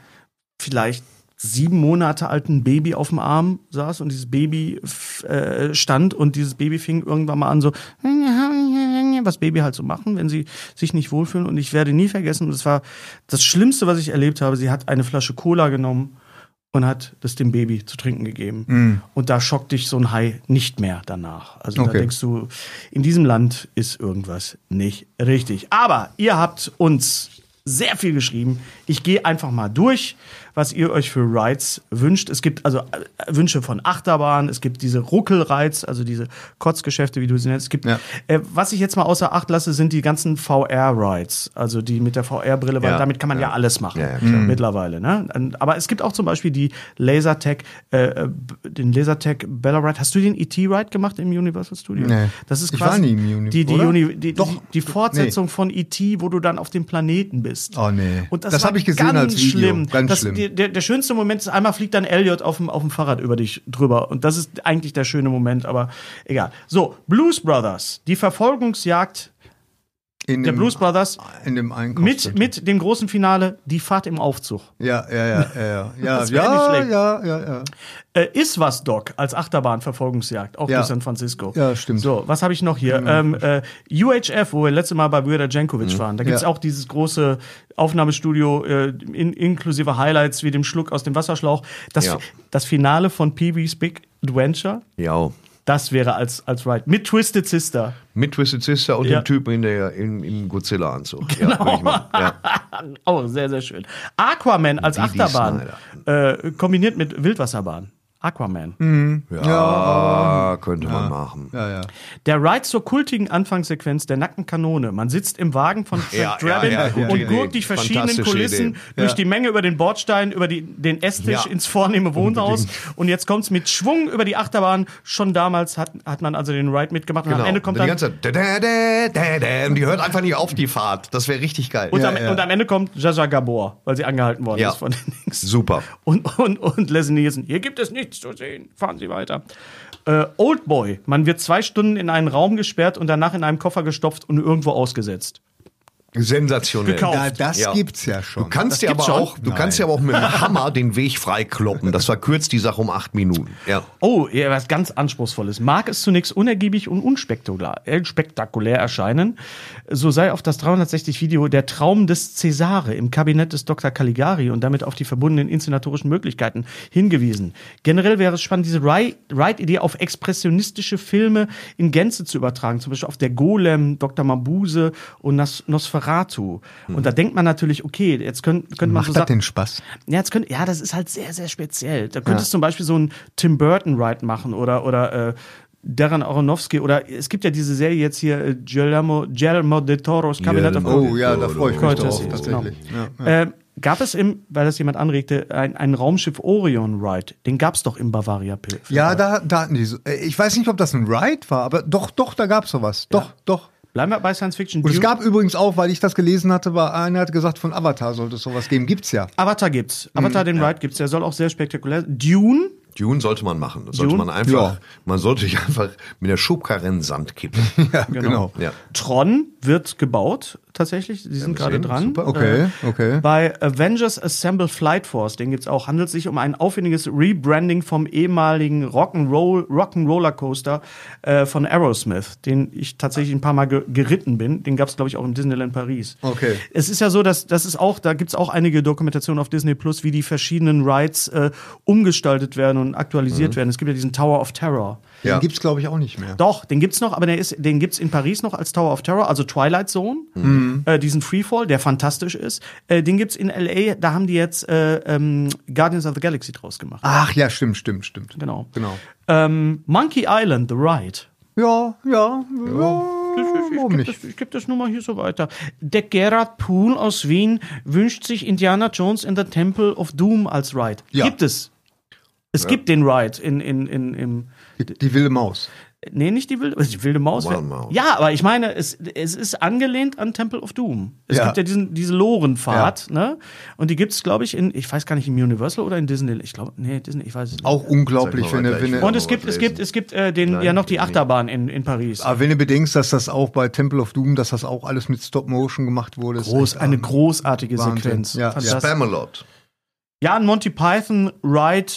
vielleicht sieben Monate alten Baby auf dem Arm saß und dieses Baby f- äh, stand und dieses Baby fing irgendwann mal an so was Baby halt so machen, wenn sie sich nicht wohlfühlen und ich werde nie vergessen, und das war das Schlimmste, was ich erlebt habe, sie hat eine Flasche Cola genommen und hat das dem Baby zu trinken gegeben. Und da schockt dich so ein Hai nicht mehr danach. Also da Okay. denkst du, in diesem Land ist irgendwas nicht richtig. Aber ihr habt uns sehr viel geschrieben. Ich gehe einfach mal durch, was ihr euch für Rides wünscht. Es gibt also äh, Wünsche von Achterbahn, es gibt diese Ruckelrides, also diese Kotzgeschäfte, wie du sie nennst. Es gibt, Ja. äh, was ich jetzt mal außer Acht lasse, sind die ganzen VR-Rides, also die mit der VR-Brille, weil Ja, damit kann man ja, ja. alles machen Ja, ja, klar. Mhm. mittlerweile. Ne? Und- Aber es gibt auch zum Beispiel die Lasertag, äh, äh, b- den Lasertag Bella Ride. Hast du den ET-Ride gemacht im Universal Studio? Nee. Das ist Ich quasi war nie im Uni- die, die, oder? Uni- die, Doch. die, die Fortsetzung von ET, wo du dann auf dem Planeten bist. Oh, nee. Und das Das war hab ich gesehen ganz als Video. Schlimm. Ganz das, schlimm. die- Der, der schönste Moment ist, einmal fliegt dann Elliot auf dem, auf dem Fahrrad über dich drüber. Und das ist eigentlich der schöne Moment, aber egal. So, Blues Brothers, die Verfolgungsjagd in der dem- Blues Brothers in dem Einkauf mit, mit dem großen Finale, die Fahrt im Aufzug. Ja, ja, ja, ja, ja, ja, Das wär ja, nicht schlecht. ja, ja, ja. Äh, ist was, Doc, als Achterbahnverfolgungsjagd, auch Ja. durch San Francisco. Ja, stimmt. Genau. So, was habe ich noch hier? Ähm, äh, UHF, wo wir letzte Mal bei Weirda Jankovic waren. Da gibt es Mhm. Ja. auch dieses große Aufnahmestudio äh, in, inklusive Highlights wie dem Schluck aus dem Wasserschlauch. Das, Ja. das Finale von PB's Big Adventure, Ja. das wäre als, als Ride. Mit Twisted Sister. Mit Twisted Sister und Ja. dem Typen in der, in, im Godzilla-Anzug. Genau. Ja, würd ich mal- ja. Oh, sehr, sehr schön. Aquaman als Didi Achterbahn. Äh, kombiniert mit Wildwasserbahn. Mhm. Aquaman. Ja, ähm, könnte man machen. Ja, ja. Der Ride zur kultigen Anfangssequenz der nackten Kanone. Man sitzt im Wagen von Fred Ja, ja, Drabin ja, gute und Idee. guckt die verschiedenen Fantastische Kulissen Idee. durch die Menge über den Bordstein, über die, den Esstisch Ja. ins vornehme Wohnhaus. Und jetzt kommt's mit Schwung über die Achterbahn. Schon damals hat, hat man also den Ride mitgemacht. Und Genau. am Ende kommt die dann, ganze Zeit, da, da, da, da, da, und die hört einfach nicht auf die Fahrt. Das wäre richtig geil. und, am, ja. und am Ende kommt Jaja Gabor, weil sie angehalten worden Ja. ist von den Dings. Super. Und, und, und Leslie Nielsen, hier gibt es nichts zu sehen, fahren Sie weiter. Äh, Oldboy, man wird zwei Stunden in einen Raum gesperrt und danach in einem Koffer gestopft und irgendwo ausgesetzt. Sensationell. Gekauft. ja das Ja. gibt's ja schon. Du kannst dir aber gibt's schon? auch, du kannst dir aber auch mit dem Hammer den Weg freikloppen. Das verkürzt die Sache um acht Minuten. Ja. Oh, ja, was ganz Anspruchsvolles. Mag es zunächst unergiebig und unspektakulär äh, spektakulär erscheinen, so sei auf das 360-Video der Traum des Cäsare im Kabinett des Dr. Caligari und damit auf die verbundenen inszenatorischen Möglichkeiten hingewiesen. Generell wäre es spannend, diese Ri- Ride-Idee auf expressionistische Filme in Gänze zu übertragen, zum Beispiel auf der Golem, Dr. Mabuse und Nas Nosferatu. Und da denkt man natürlich, okay, jetzt könnt- könnte man Mhm. Macht so das Sachen- den Spaß? ja, jetzt könnt, ja, das ist halt sehr, sehr speziell. Da könntest du zum Beispiel so einen Tim Burton-Ride machen oder, oder äh, Darren Aronofsky oder es gibt ja diese Serie jetzt hier, äh, Guillermo, Guillermo de Toros Cabinet of Guillermo. Oh ja, da freue ich mich Cortes, drauf, genau. tatsächlich. Ja. Ähm, gab es im, weil das jemand anregte, ein, ein Raumschiff Orion-Ride? Den gab es doch im Bavaria Pill. Ja, da, da hatten die so. äh, Ich weiß nicht, ob das ein Ride war, aber doch, doch, da gab's sowas. Doch, doch. Bleiben wir bei Science Fiction. Und es Dune- gab übrigens auch, weil ich das gelesen hatte, war einer hat gesagt, von Avatar sollte es sowas geben. Gibt's ja. Avatar gibt's. Mhm. Avatar, den Ride gibt's. Der soll auch sehr spektakulär. Dune, Dune sollte man machen. Das sollte Dune? man einfach, Ja. man sollte sich einfach mit der Schubkarre in den Sand kippen. Ja, genau. Ja. Tron wird gebaut, tatsächlich. Sie sind gerade sehen. dran. Äh, Okay, okay. Bei Avengers Assemble Flight Force, den gibt's auch, handelt sich um ein aufwendiges Rebranding vom ehemaligen Rock'n'Roll, Rock'n'Roller Coaster äh, von Aerosmith, den ich tatsächlich ein paar Mal ge geritten bin. Den gab's glaub glaube ich, auch im Disneyland Paris. Okay. Es ist ja so, dass das ist auch, da gibt's auch einige Dokumentationen auf Disney Plus, wie die verschiedenen Rides äh, umgestaltet werden und Mhm. aktualisiert werden. Es gibt ja diesen Tower of Terror. Den Ja. gibt's, glaube ich, auch nicht mehr. Doch, den gibt's noch, aber der ist, den gibt's in Paris noch als Tower of Terror, also Twilight Zone, Mhm. äh, diesen Freefall, der fantastisch ist. Äh, den gibt's in LA, da haben die jetzt äh, ähm, Guardians of the Galaxy draus gemacht. Ach ja, stimmt, stimmt, stimmt. Genau. Ah. Genau. Ähm, Monkey Island, The Ride. Ja, ja, ja. Warum Ich, nicht? ich gebe das nur mal hier so weiter. Der Gerard Poole aus Wien wünscht sich Indiana Jones in the Temple of Doom als Ride. Ja. Gibt es. Es gibt den Ride in, in, in, im, Die, die wilde Maus. Nee, nicht die wilde, die wilde Maus. Wild Mouse. Ja, aber ich meine, es, es ist angelehnt an Temple of Doom. Es Ja. gibt ja diesen, diese Lorenfahrt, ne? Und die gibt's, glaube ich, in, ich weiß gar nicht, im Universal oder in Disney. Ich glaube, nee, Disney, ich weiß es nicht. Auch unglaublich, Sag wenn mal du, weiter, wenn ich du, will- Und es Mal gibt, was es gibt, es gibt äh, den, ja noch die Achterbahn in, in Paris. aber wenn du bedenkst, dass das auch bei Temple of Doom, dass das auch alles mit Stop Motion gemacht wurde. ist Groß, echt, eine ähm, großartige Wahnsinn. Sequenz. Ja, Fantastisch. Spamalot. ja, ein Monty Python Ride,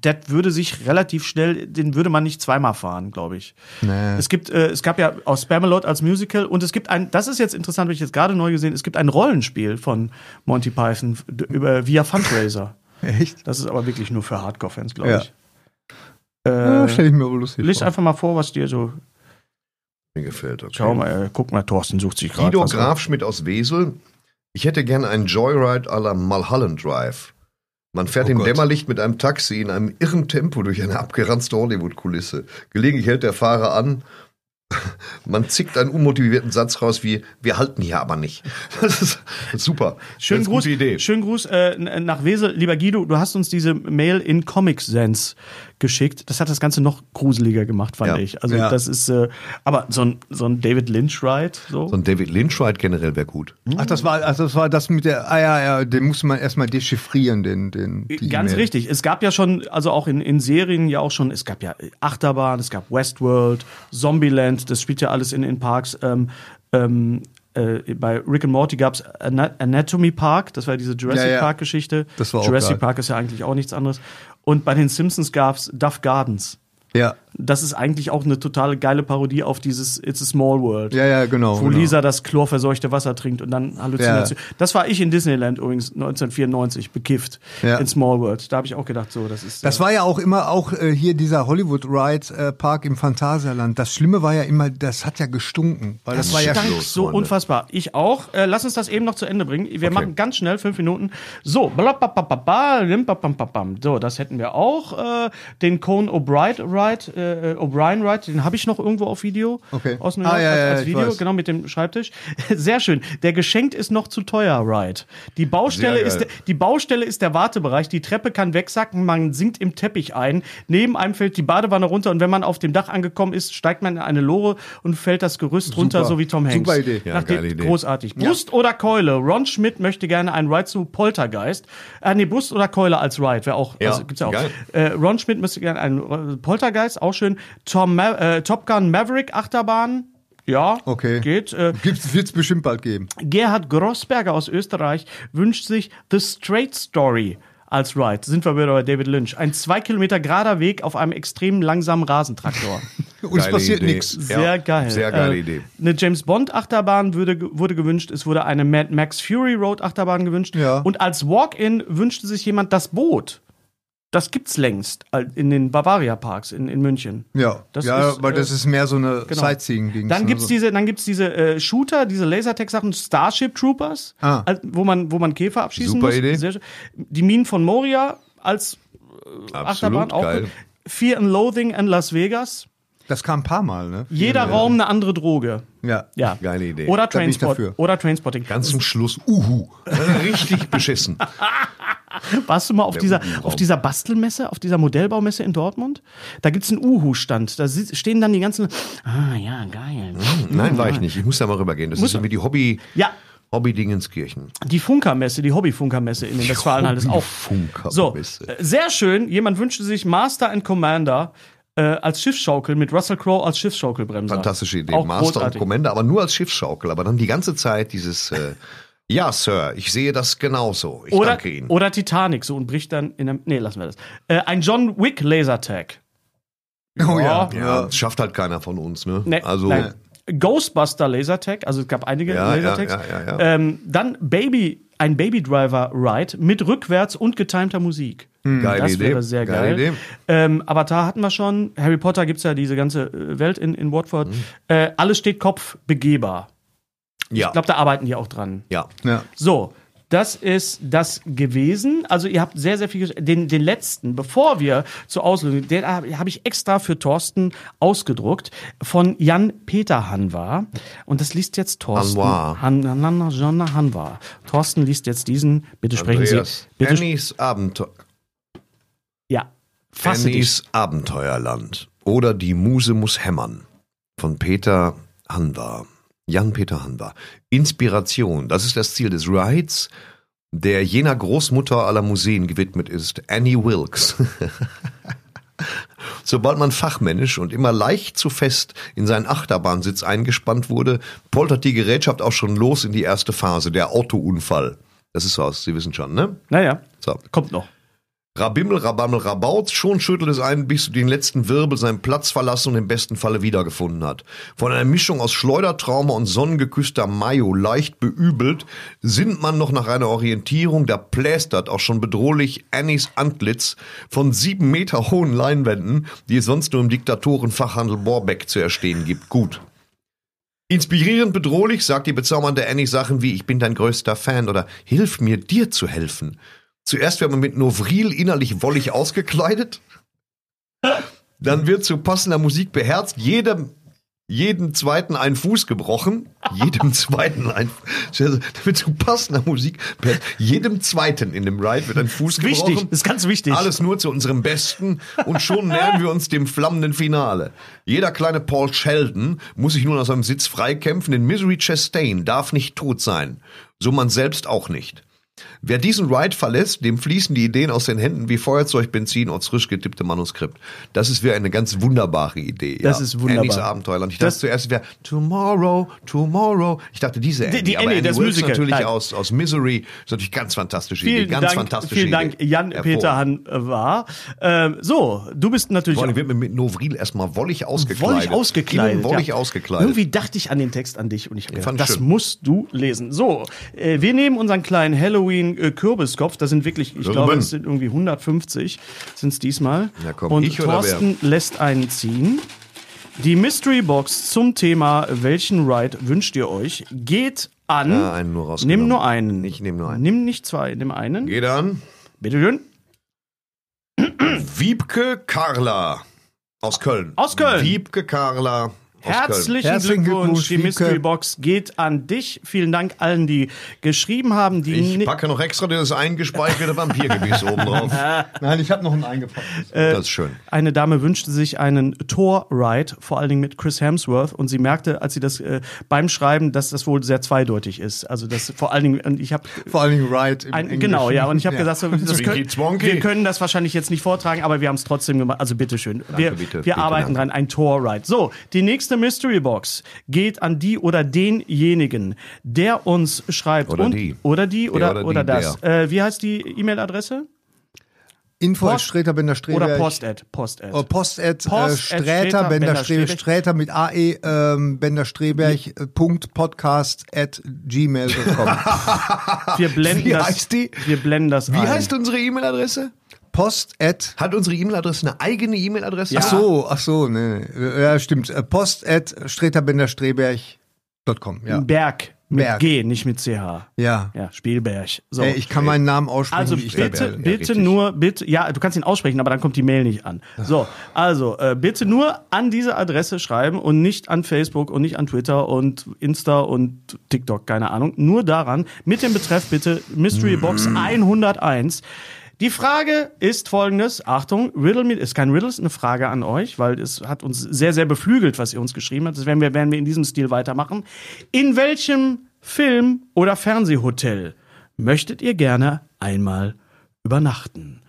das würde sich relativ schnell, den würde man nicht zweimal fahren, glaube ich. Nee. Es gibt, äh, es gab ja auch Spamalot als Musical und es gibt ein, das ist jetzt interessant, habe ich jetzt gerade neu gesehen, es gibt ein Rollenspiel von Monty Python d- über via Fundraiser. Echt? Das ist aber wirklich nur für Hardcore-Fans, glaube Ja. ich. Äh, Ja, stell ich mir aber lustig lies vor. einfach mal vor, was dir so. Mir gefällt das. Schau mal, äh, guck mal, Thorsten sucht sich gerade. Guido was aus. Grafschmidt aus Wesel. Ich hätte gerne einen Joyride à la Mulholland Drive. Man fährt Oh im Gott. Dämmerlicht mit einem Taxi in einem irren Tempo durch eine abgeranzte Hollywood-Kulisse. Gelegentlich hält der Fahrer an. Man zickt einen unmotivierten Satz raus wie: Wir halten hier aber nicht. Das ist super. Schönen das ist Gruß, Gute Idee. schönen Gruß äh, n- nach Wesel. Lieber Guido, du hast uns diese Mail in Comic Sense geschickt. Das hat das Ganze noch gruseliger gemacht, fand Ja. ich. Also Ja. das ist, äh, aber so ein, so ein David Lynch-Ride. So. So ein David Lynch Ride generell wäre gut. Ach, das war, also das war das mit der, ah ja, ja, den musste man erstmal dechiffrieren, den, den, die Äh, Ganz E-Mail. richtig. Es gab ja schon, also auch in, in Serien ja auch schon, es gab ja Achterbahn, es gab Westworld, Zombieland, das spielt ja alles in, in Parks. Ähm, ähm, äh, bei Rick and Morty gab es Anatomy Park, das war diese Jurassic Ja, ja. Park Geschichte. Das war auch Jurassic geil. Park ist ja eigentlich auch nichts anderes. Und bei den Simpsons gab es Duff Gardens. Ja. Das ist eigentlich auch eine total geile Parodie auf dieses It's a Small World. Ja, ja, genau. Wo genau. Lisa das chlorverseuchte Wasser trinkt und dann Halluzinationen. Das war ich in Disneyland übrigens 1994, bekifft Ja. in Small World. Da habe ich auch gedacht, so, das ist. Das war ja auch immer auch äh, hier dieser Hollywood Ride äh, Park im Phantasialand. Das Schlimme war ja immer, das hat ja gestunken, weil das, war ja stank schon los, so Freunde. unfassbar. Ich auch. Äh, lass uns das eben noch zu Ende bringen. Wir machen ganz schnell fünf Minuten. So, blablabla, lim, bam, bam, bam, bam. so, das hätten wir auch. Äh, den Conan O'Brien Ride, äh, O'Brien Ride, den habe ich noch irgendwo auf Video Okay. aus New Ah, York ja, ja, als, als ich Video, weiß. genau mit dem Schreibtisch. Sehr schön. Der geschenkt ist noch zu teuer Ride. Die Baustelle Sehr ist geil. der, die Baustelle ist der Wartebereich. Die Treppe kann wegsacken. Man sinkt im Teppich ein. Neben einem fällt die Badewanne runter und wenn man auf dem Dach angekommen ist, steigt man in eine Lore und fällt das Gerüst runter, Super. so wie Tom Hanks. Super Idee. Ja, Nach dem- geile Idee. Großartig. Brust oder Keule? Ron Schmidt möchte gerne einen Ride zu Poltergeist. Äh, nee, Brust oder Keule als Ride. Wäre auch, Ja, also gibt's ja auch. geil. Äh, Ron Schmidt möchte gerne einen äh, Poltergeist, auch schön. Tom Ma äh, Top Gun Maverick Achterbahn. Ja, Okay. geht. Äh, Gibt's wird's bestimmt bald geben. Gerhard Grossberger aus Österreich wünscht sich The Straight Story als Ride. Sind wir wieder bei David Lynch. Ein zwei Kilometer gerader Weg auf einem extrem langsamen Rasentraktor. Uns Geile passiert Idee. nichts. Sehr Ja, geil. sehr geile Äh, Idee. Eine James Bond Achterbahn würde, ge- wurde gewünscht. Es wurde eine Mad Max Fury Road Achterbahn gewünscht. Ja. Und als Walk-in wünschte sich jemand das Boot. Das gibt's längst äh, in den Bavaria Parks in, in München. Ja, Das ja, ist, weil das äh, ist mehr so eine genau. Sightseeing-Ding. ne, Dann gibt's also. diese, dann gibt's diese äh, Shooter, diese Lasertech-Sachen, Starship Troopers, Ah. als- wo man, wo man Käfer abschießen Super muss. Idee. schön. die Minen von Moria als Achterbahn Absolut auch. geil. Fear and Loathing in Las Vegas. Das kam ein paar Mal, ne? Jeder Raum eine andere Droge. Ja. Ja. Geile Idee. Oder, bin ich Trainspot dafür. oder Trainspotting. Ganz zum Schluss, uhu. Richtig beschissen. Warst du mal auf dieser, Uhu-Raum. auf dieser Bastelmesse, auf dieser Modellbaumesse in Dortmund? Da gibt's einen Uhu-Stand. Da si- stehen dann die ganzen. Ah ja, geil. Nein, war ich nicht. Ich muss da mal rübergehen. Das ist so wie die Hobby, Ja. Hobby-Dingenskirchen. Die Funkermesse, die Hobbyfunkermesse in den Westfalen ist auch. Hobbyfunkermesse. So, äh, sehr schön. Jemand wünschte sich Master and Commander äh, als Schiffsschaukel mit Russell Crowe als Schiffsschaukelbremser. Fantastische Idee. Auch Master und großartig. Commander, aber nur als Schiffsschaukel. Aber dann die ganze Zeit dieses, äh, ja, Sir, ich sehe das genauso. Ich Oder, danke Ihnen. oder Titanic so und bricht dann in einem. Nee, lassen wir das. Äh, ein John Wick Lasertag. Oh ja. ja, das schafft halt keiner von uns, ne? Nee, also, nein. Ghostbuster Lasertag, also es gab einige Ja, Lasertags. ja, ja, ja, Ähm, dann Baby, ein Baby Driver Ride mit rückwärts und getimter Musik. Hm, geile das Idee. wäre sehr geile geil. Idee. Ähm, Avatar hatten wir schon. Harry Potter gibt's ja diese ganze äh, Welt in, in Hm. Watford. Äh, alles steht Kopf begehbar. Ja, Ich glaube, da arbeiten die auch dran. ja. ja. So, das ist das gewesen. Also ihr habt sehr, sehr viel. ges- Den, den letzten, bevor wir zur Auslösung, den habe hab ich extra für Thorsten ausgedruckt von Jan Peter Hanwar. Und das liest jetzt Thorsten. Hanwar. Han, Han, Han, Han, Hanwar. Thorsten liest jetzt diesen. Bitte sprechen Andreas, Sie. Bitte, sp- Annies, Abenteuer, ja. Fasse dich. Annies Abenteuerland oder Die Muse muss hämmern von Peter Hanwar. Jan-Peter Hanwar. Inspiration, das ist das Ziel des Rides, der jener Großmutter aller Museen gewidmet ist, Annie Wilkes. Sobald man fachmännisch und immer leicht zu fest in seinen Achterbahnsitz eingespannt wurde, poltert die Gerätschaft auch schon los in die erste Phase, der Autounfall. Das ist so aus, Sie wissen schon, ne? Naja, So. kommt noch. Rabimmel, Rabammel, Rabauz, schon schüttelt es einen, bis du den letzten Wirbel seinen Platz verlassen und im besten Falle wiedergefunden hat. Von einer Mischung aus Schleudertrauma und sonnengeküsster Mayo leicht beübelt, sinnt man noch nach einer Orientierung, da plästert auch schon bedrohlich Annies Antlitz von sieben Meter hohen Leinwänden, die es sonst nur im Diktatorenfachhandel Borbeck zu erstehen gibt. Gut. Inspirierend bedrohlich sagt die bezaubernde Annie Sachen wie Ich bin dein größter Fan oder Hilf mir, dir zu helfen. Zuerst wird man mit Novril innerlich wollig ausgekleidet. Dann wird zu passender Musik beherzt jedem, jeden zweiten ein Fuß gebrochen. Jedem zweiten ein Dann wird zu passender Musik beherzt jedem zweiten in dem Ride wird ein Fuß gebrochen. Wichtig, ist ganz wichtig. Alles nur zu unserem Besten und schon nähern wir uns dem flammenden Finale. Jeder kleine Paul Sheldon muss sich nun aus seinem Sitz freikämpfen, denn Misery Chastain darf nicht tot sein. So man selbst auch nicht. Wer diesen Ride verlässt, dem fließen die Ideen aus den Händen wie Feuerzeug, Benzin aufs frisch getippte Manuskript. Das ist wieder eine ganz wunderbare Idee. Das ist wunderbar. Annies Abenteuerland. Ich dachte Das- zuerst, wäre Tomorrow, Tomorrow. Ich dachte, diese Annie. die aber Annie, Annie das Wilkes Musical. natürlich Nein. aus, aus Misery. Ist natürlich ganz fantastische Idee. Vielen Ganz Dank, fantastische vielen Idee. Dank Jan-Peter Hervorragend. Hahn war. Ähm, so, du bist natürlich Vor allem wird mir mit Novril erstmal wollig ausgekleidet. wollig ausgekleidet. Innen Wollig ja. ausgekleidet. Irgendwie dachte ich an den Text an dich und ich habe gedacht, fand das schön. musst du lesen. So, äh, wir nehmen unseren kleinen Halloween-Kürbiskopf. Da sind wirklich, ich Irre glaube, Mann. es sind irgendwie 150 sind es diesmal. Na komm, und ich oder wer? Thorsten lässt einen ziehen. Die Mystery Box zum Thema Welchen Ride wünscht ihr euch? Geht an. Ja, einen nur rausgenommen. nimm nur einen. Ich nehm nur einen. Nimm nicht zwei, nimm einen. Geht an. Bitte schön. Wiebke Karla aus Köln. Aus Köln. Wiebke Karla aus Köln. Herzlichen Herzlichen Glückwunsch, Glückwunsch, die Wiebke. Mystery Box geht an dich. Vielen Dank allen, die geschrieben haben, die Ich ni- packe noch extra dieses eingespeicherte Vampirgebiss oben drauf. Nein, ich habe noch einen eingepackt. Äh, Das ist schön. Eine Dame wünschte sich einen Thor-Ride, vor allen Dingen mit Chris Hemsworth, und sie merkte, als sie das äh, beim Schreiben, dass das wohl sehr zweideutig ist. Also das vor allen Dingen, und ich habe Vor allen Dingen Ride im ein, Englischen. genau, ja, und ich habe gesagt, so, das Zwinky, können, zwonky. wir können das wahrscheinlich jetzt nicht vortragen, aber wir haben es trotzdem gemacht. Also bitteschön, wir, bitte, wir bitte, arbeiten danke. dran, ein Tor-Ride. So, die nächste Mystery Box geht an die oder denjenigen, der uns schreibt Oder und die. oder die oder, oder oder, die, das. Äh, wie heißt die E-Mail-Adresse? Info Post- Post, Sträter Bender Streberg. Oder Post-Ad. Post-Ad. Äh, Post at, äh, Post at Sträter Bender Streberg. Streberg. Sträter mit AE ähm, Bender Streberg. äh, Punkt Podcast at gmail.com. Wir blenden Wie das, heißt die? Wir blenden das Wie ein. heißt unsere E-Mail-Adresse? Post at Hat unsere E-Mail-Adresse eine eigene E-Mail-Adresse? Ja. Ach so, ach so, nee. nee. Ja, stimmt. Äh, Post at streterbenderstreberg.com. Ja. Berg. Mit Berg. G, nicht mit CH. ja. Ja, Spielberg. So. Ey, ich kann meinen Namen aussprechen. also wie ich bitte, werde. Ja, bitte richtig. nur, bitte, ja, du kannst ihn aussprechen, aber dann kommt die Mail nicht an. So, also äh, bitte nur an diese Adresse schreiben und nicht an Facebook und nicht an Twitter und Insta und TikTok, keine Ahnung. Nur daran, mit dem Betreff bitte Mystery Box Mhm. 101. Die Frage ist folgendes, Achtung, Riddle Me, ist kein Riddle, ist eine Frage an euch, weil es hat uns sehr, sehr beflügelt, was ihr uns geschrieben habt. Das werden wir, werden wir in diesem Stil weitermachen. In welchem Film oder Fernsehhotel möchtet ihr gerne einmal übernachten?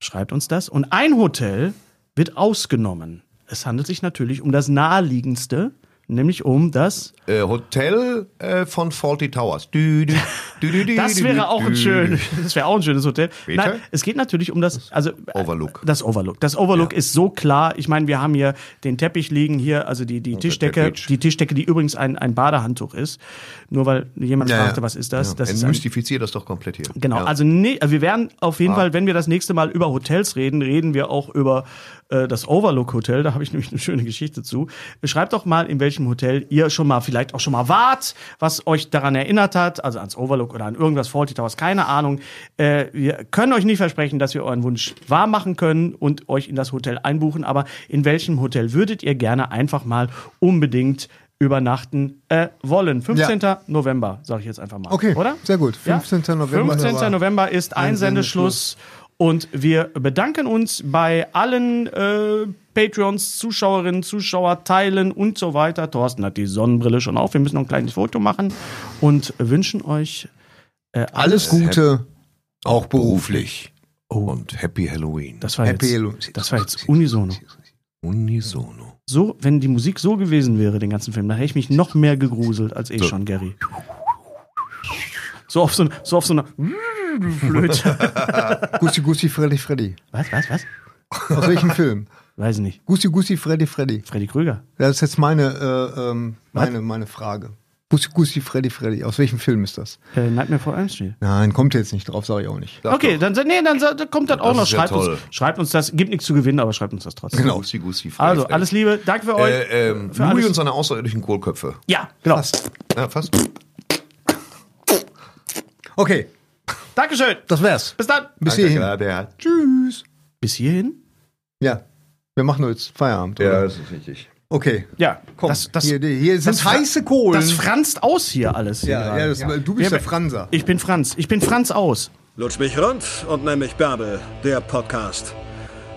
Schreibt uns das. Und ein Hotel wird ausgenommen. Es handelt sich natürlich um das naheliegendste, nämlich um das. Äh, Hotel äh, von Faulty Towers. Dü, dü, dü, dü, dü, Das dü, dü, wäre auch ein dü, schön, dü. das wäre auch ein schönes Hotel. Bitte? Nein, es geht natürlich um das, also Overlook. Das Overlook. Das Overlook ist so klar. Ich meine, wir haben hier den Teppich liegen hier, also die, die Tischdecke, Teppich. die Tischdecke, die übrigens ein, ein Badehandtuch ist. Nur weil jemand Ja, fragte, ja. was ist das? das ist ein, Entmystifizier das doch komplett hier. Genau, Ja. also nee, also wir werden auf jeden Fall, wenn wir das nächste Mal über Hotels reden, reden wir auch über äh, das Overlook Hotel. Da habe ich nämlich eine schöne Geschichte zu. Schreibt doch mal, in welchem Hotel ihr schon mal vielleicht auch schon mal wart, was euch daran erinnert hat, also ans Overlook oder an irgendwas Faulty Towers, keine Ahnung. Äh, wir können euch nicht versprechen, dass wir euren Wunsch wahr machen können und euch in das Hotel einbuchen, aber in welchem Hotel würdet ihr gerne einfach mal unbedingt übernachten äh, wollen? 15. November, sage ich jetzt einfach mal. Okay, oder? sehr gut. Ja? 15. November. 15. November ist Einsendeschluss. Und wir bedanken uns bei allen äh, Patreons, Zuschauerinnen, Zuschauer, Teilen und so weiter. Thorsten hat die Sonnenbrille schon auf. Wir müssen noch ein kleines Foto machen und wünschen euch äh, Alles alles. Gute, auch beruflich. Und Happy Halloween. Oh. Das war, Happy jetzt, Halloween. das war jetzt unisono. Unisono. So, wenn die Musik so gewesen wäre, den ganzen Film, dann hätte ich mich noch mehr gegruselt als eh schon, Gary. So auf so, so, auf so einer Flöte. Gussi Gussi Freddy Freddy. Was, was, was? Aus welchem Film? Weiß ich nicht. Gussi Gussi Freddy Freddy. Freddy Krüger. Das ist jetzt meine, äh, ähm, meine, meine Frage. Gussi Gussi Freddy Freddy. Aus welchem Film ist das? Äh, Nightmare Before Elm Street. Nein, kommt jetzt nicht drauf, sage ich auch nicht. okay, dann, sa- nee, dann sa- da kommt das auch noch. ist ja Schreibt toll. uns, schreibt uns das. Gibt nichts zu gewinnen, aber schreibt uns das trotzdem. Genau. Gussi, Gussi, Freddy, Also, Freddy. alles Liebe. Danke für euch. Äh, ähm, Für Louis alles. und seine außerirdischen Kohlköpfe. ja, genau. Ja, fast. Okay, Dankeschön. das wär's. Bis dann. Bis Danke, hierhin. Herbert. Tschüss. Bis hierhin? Ja, wir machen jetzt Feierabend. Ja, Oder? das ist richtig. Okay. Ja, Komm, Das, das, hier, hier sind das fra- heiße Kohlen. das franzt aus hier alles. hier ja, gerade. ja, das, du bist der Franser. Ich bin Franz. Ich bin Franz aus. Lutsch mich rund und nenn mich Bärbel, der Podcast.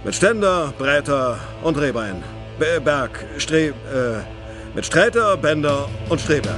Mit Ständer, Breiter und Rehbein. Be- Berg, Stre... Äh, mit Sträter, Bender und Streberg.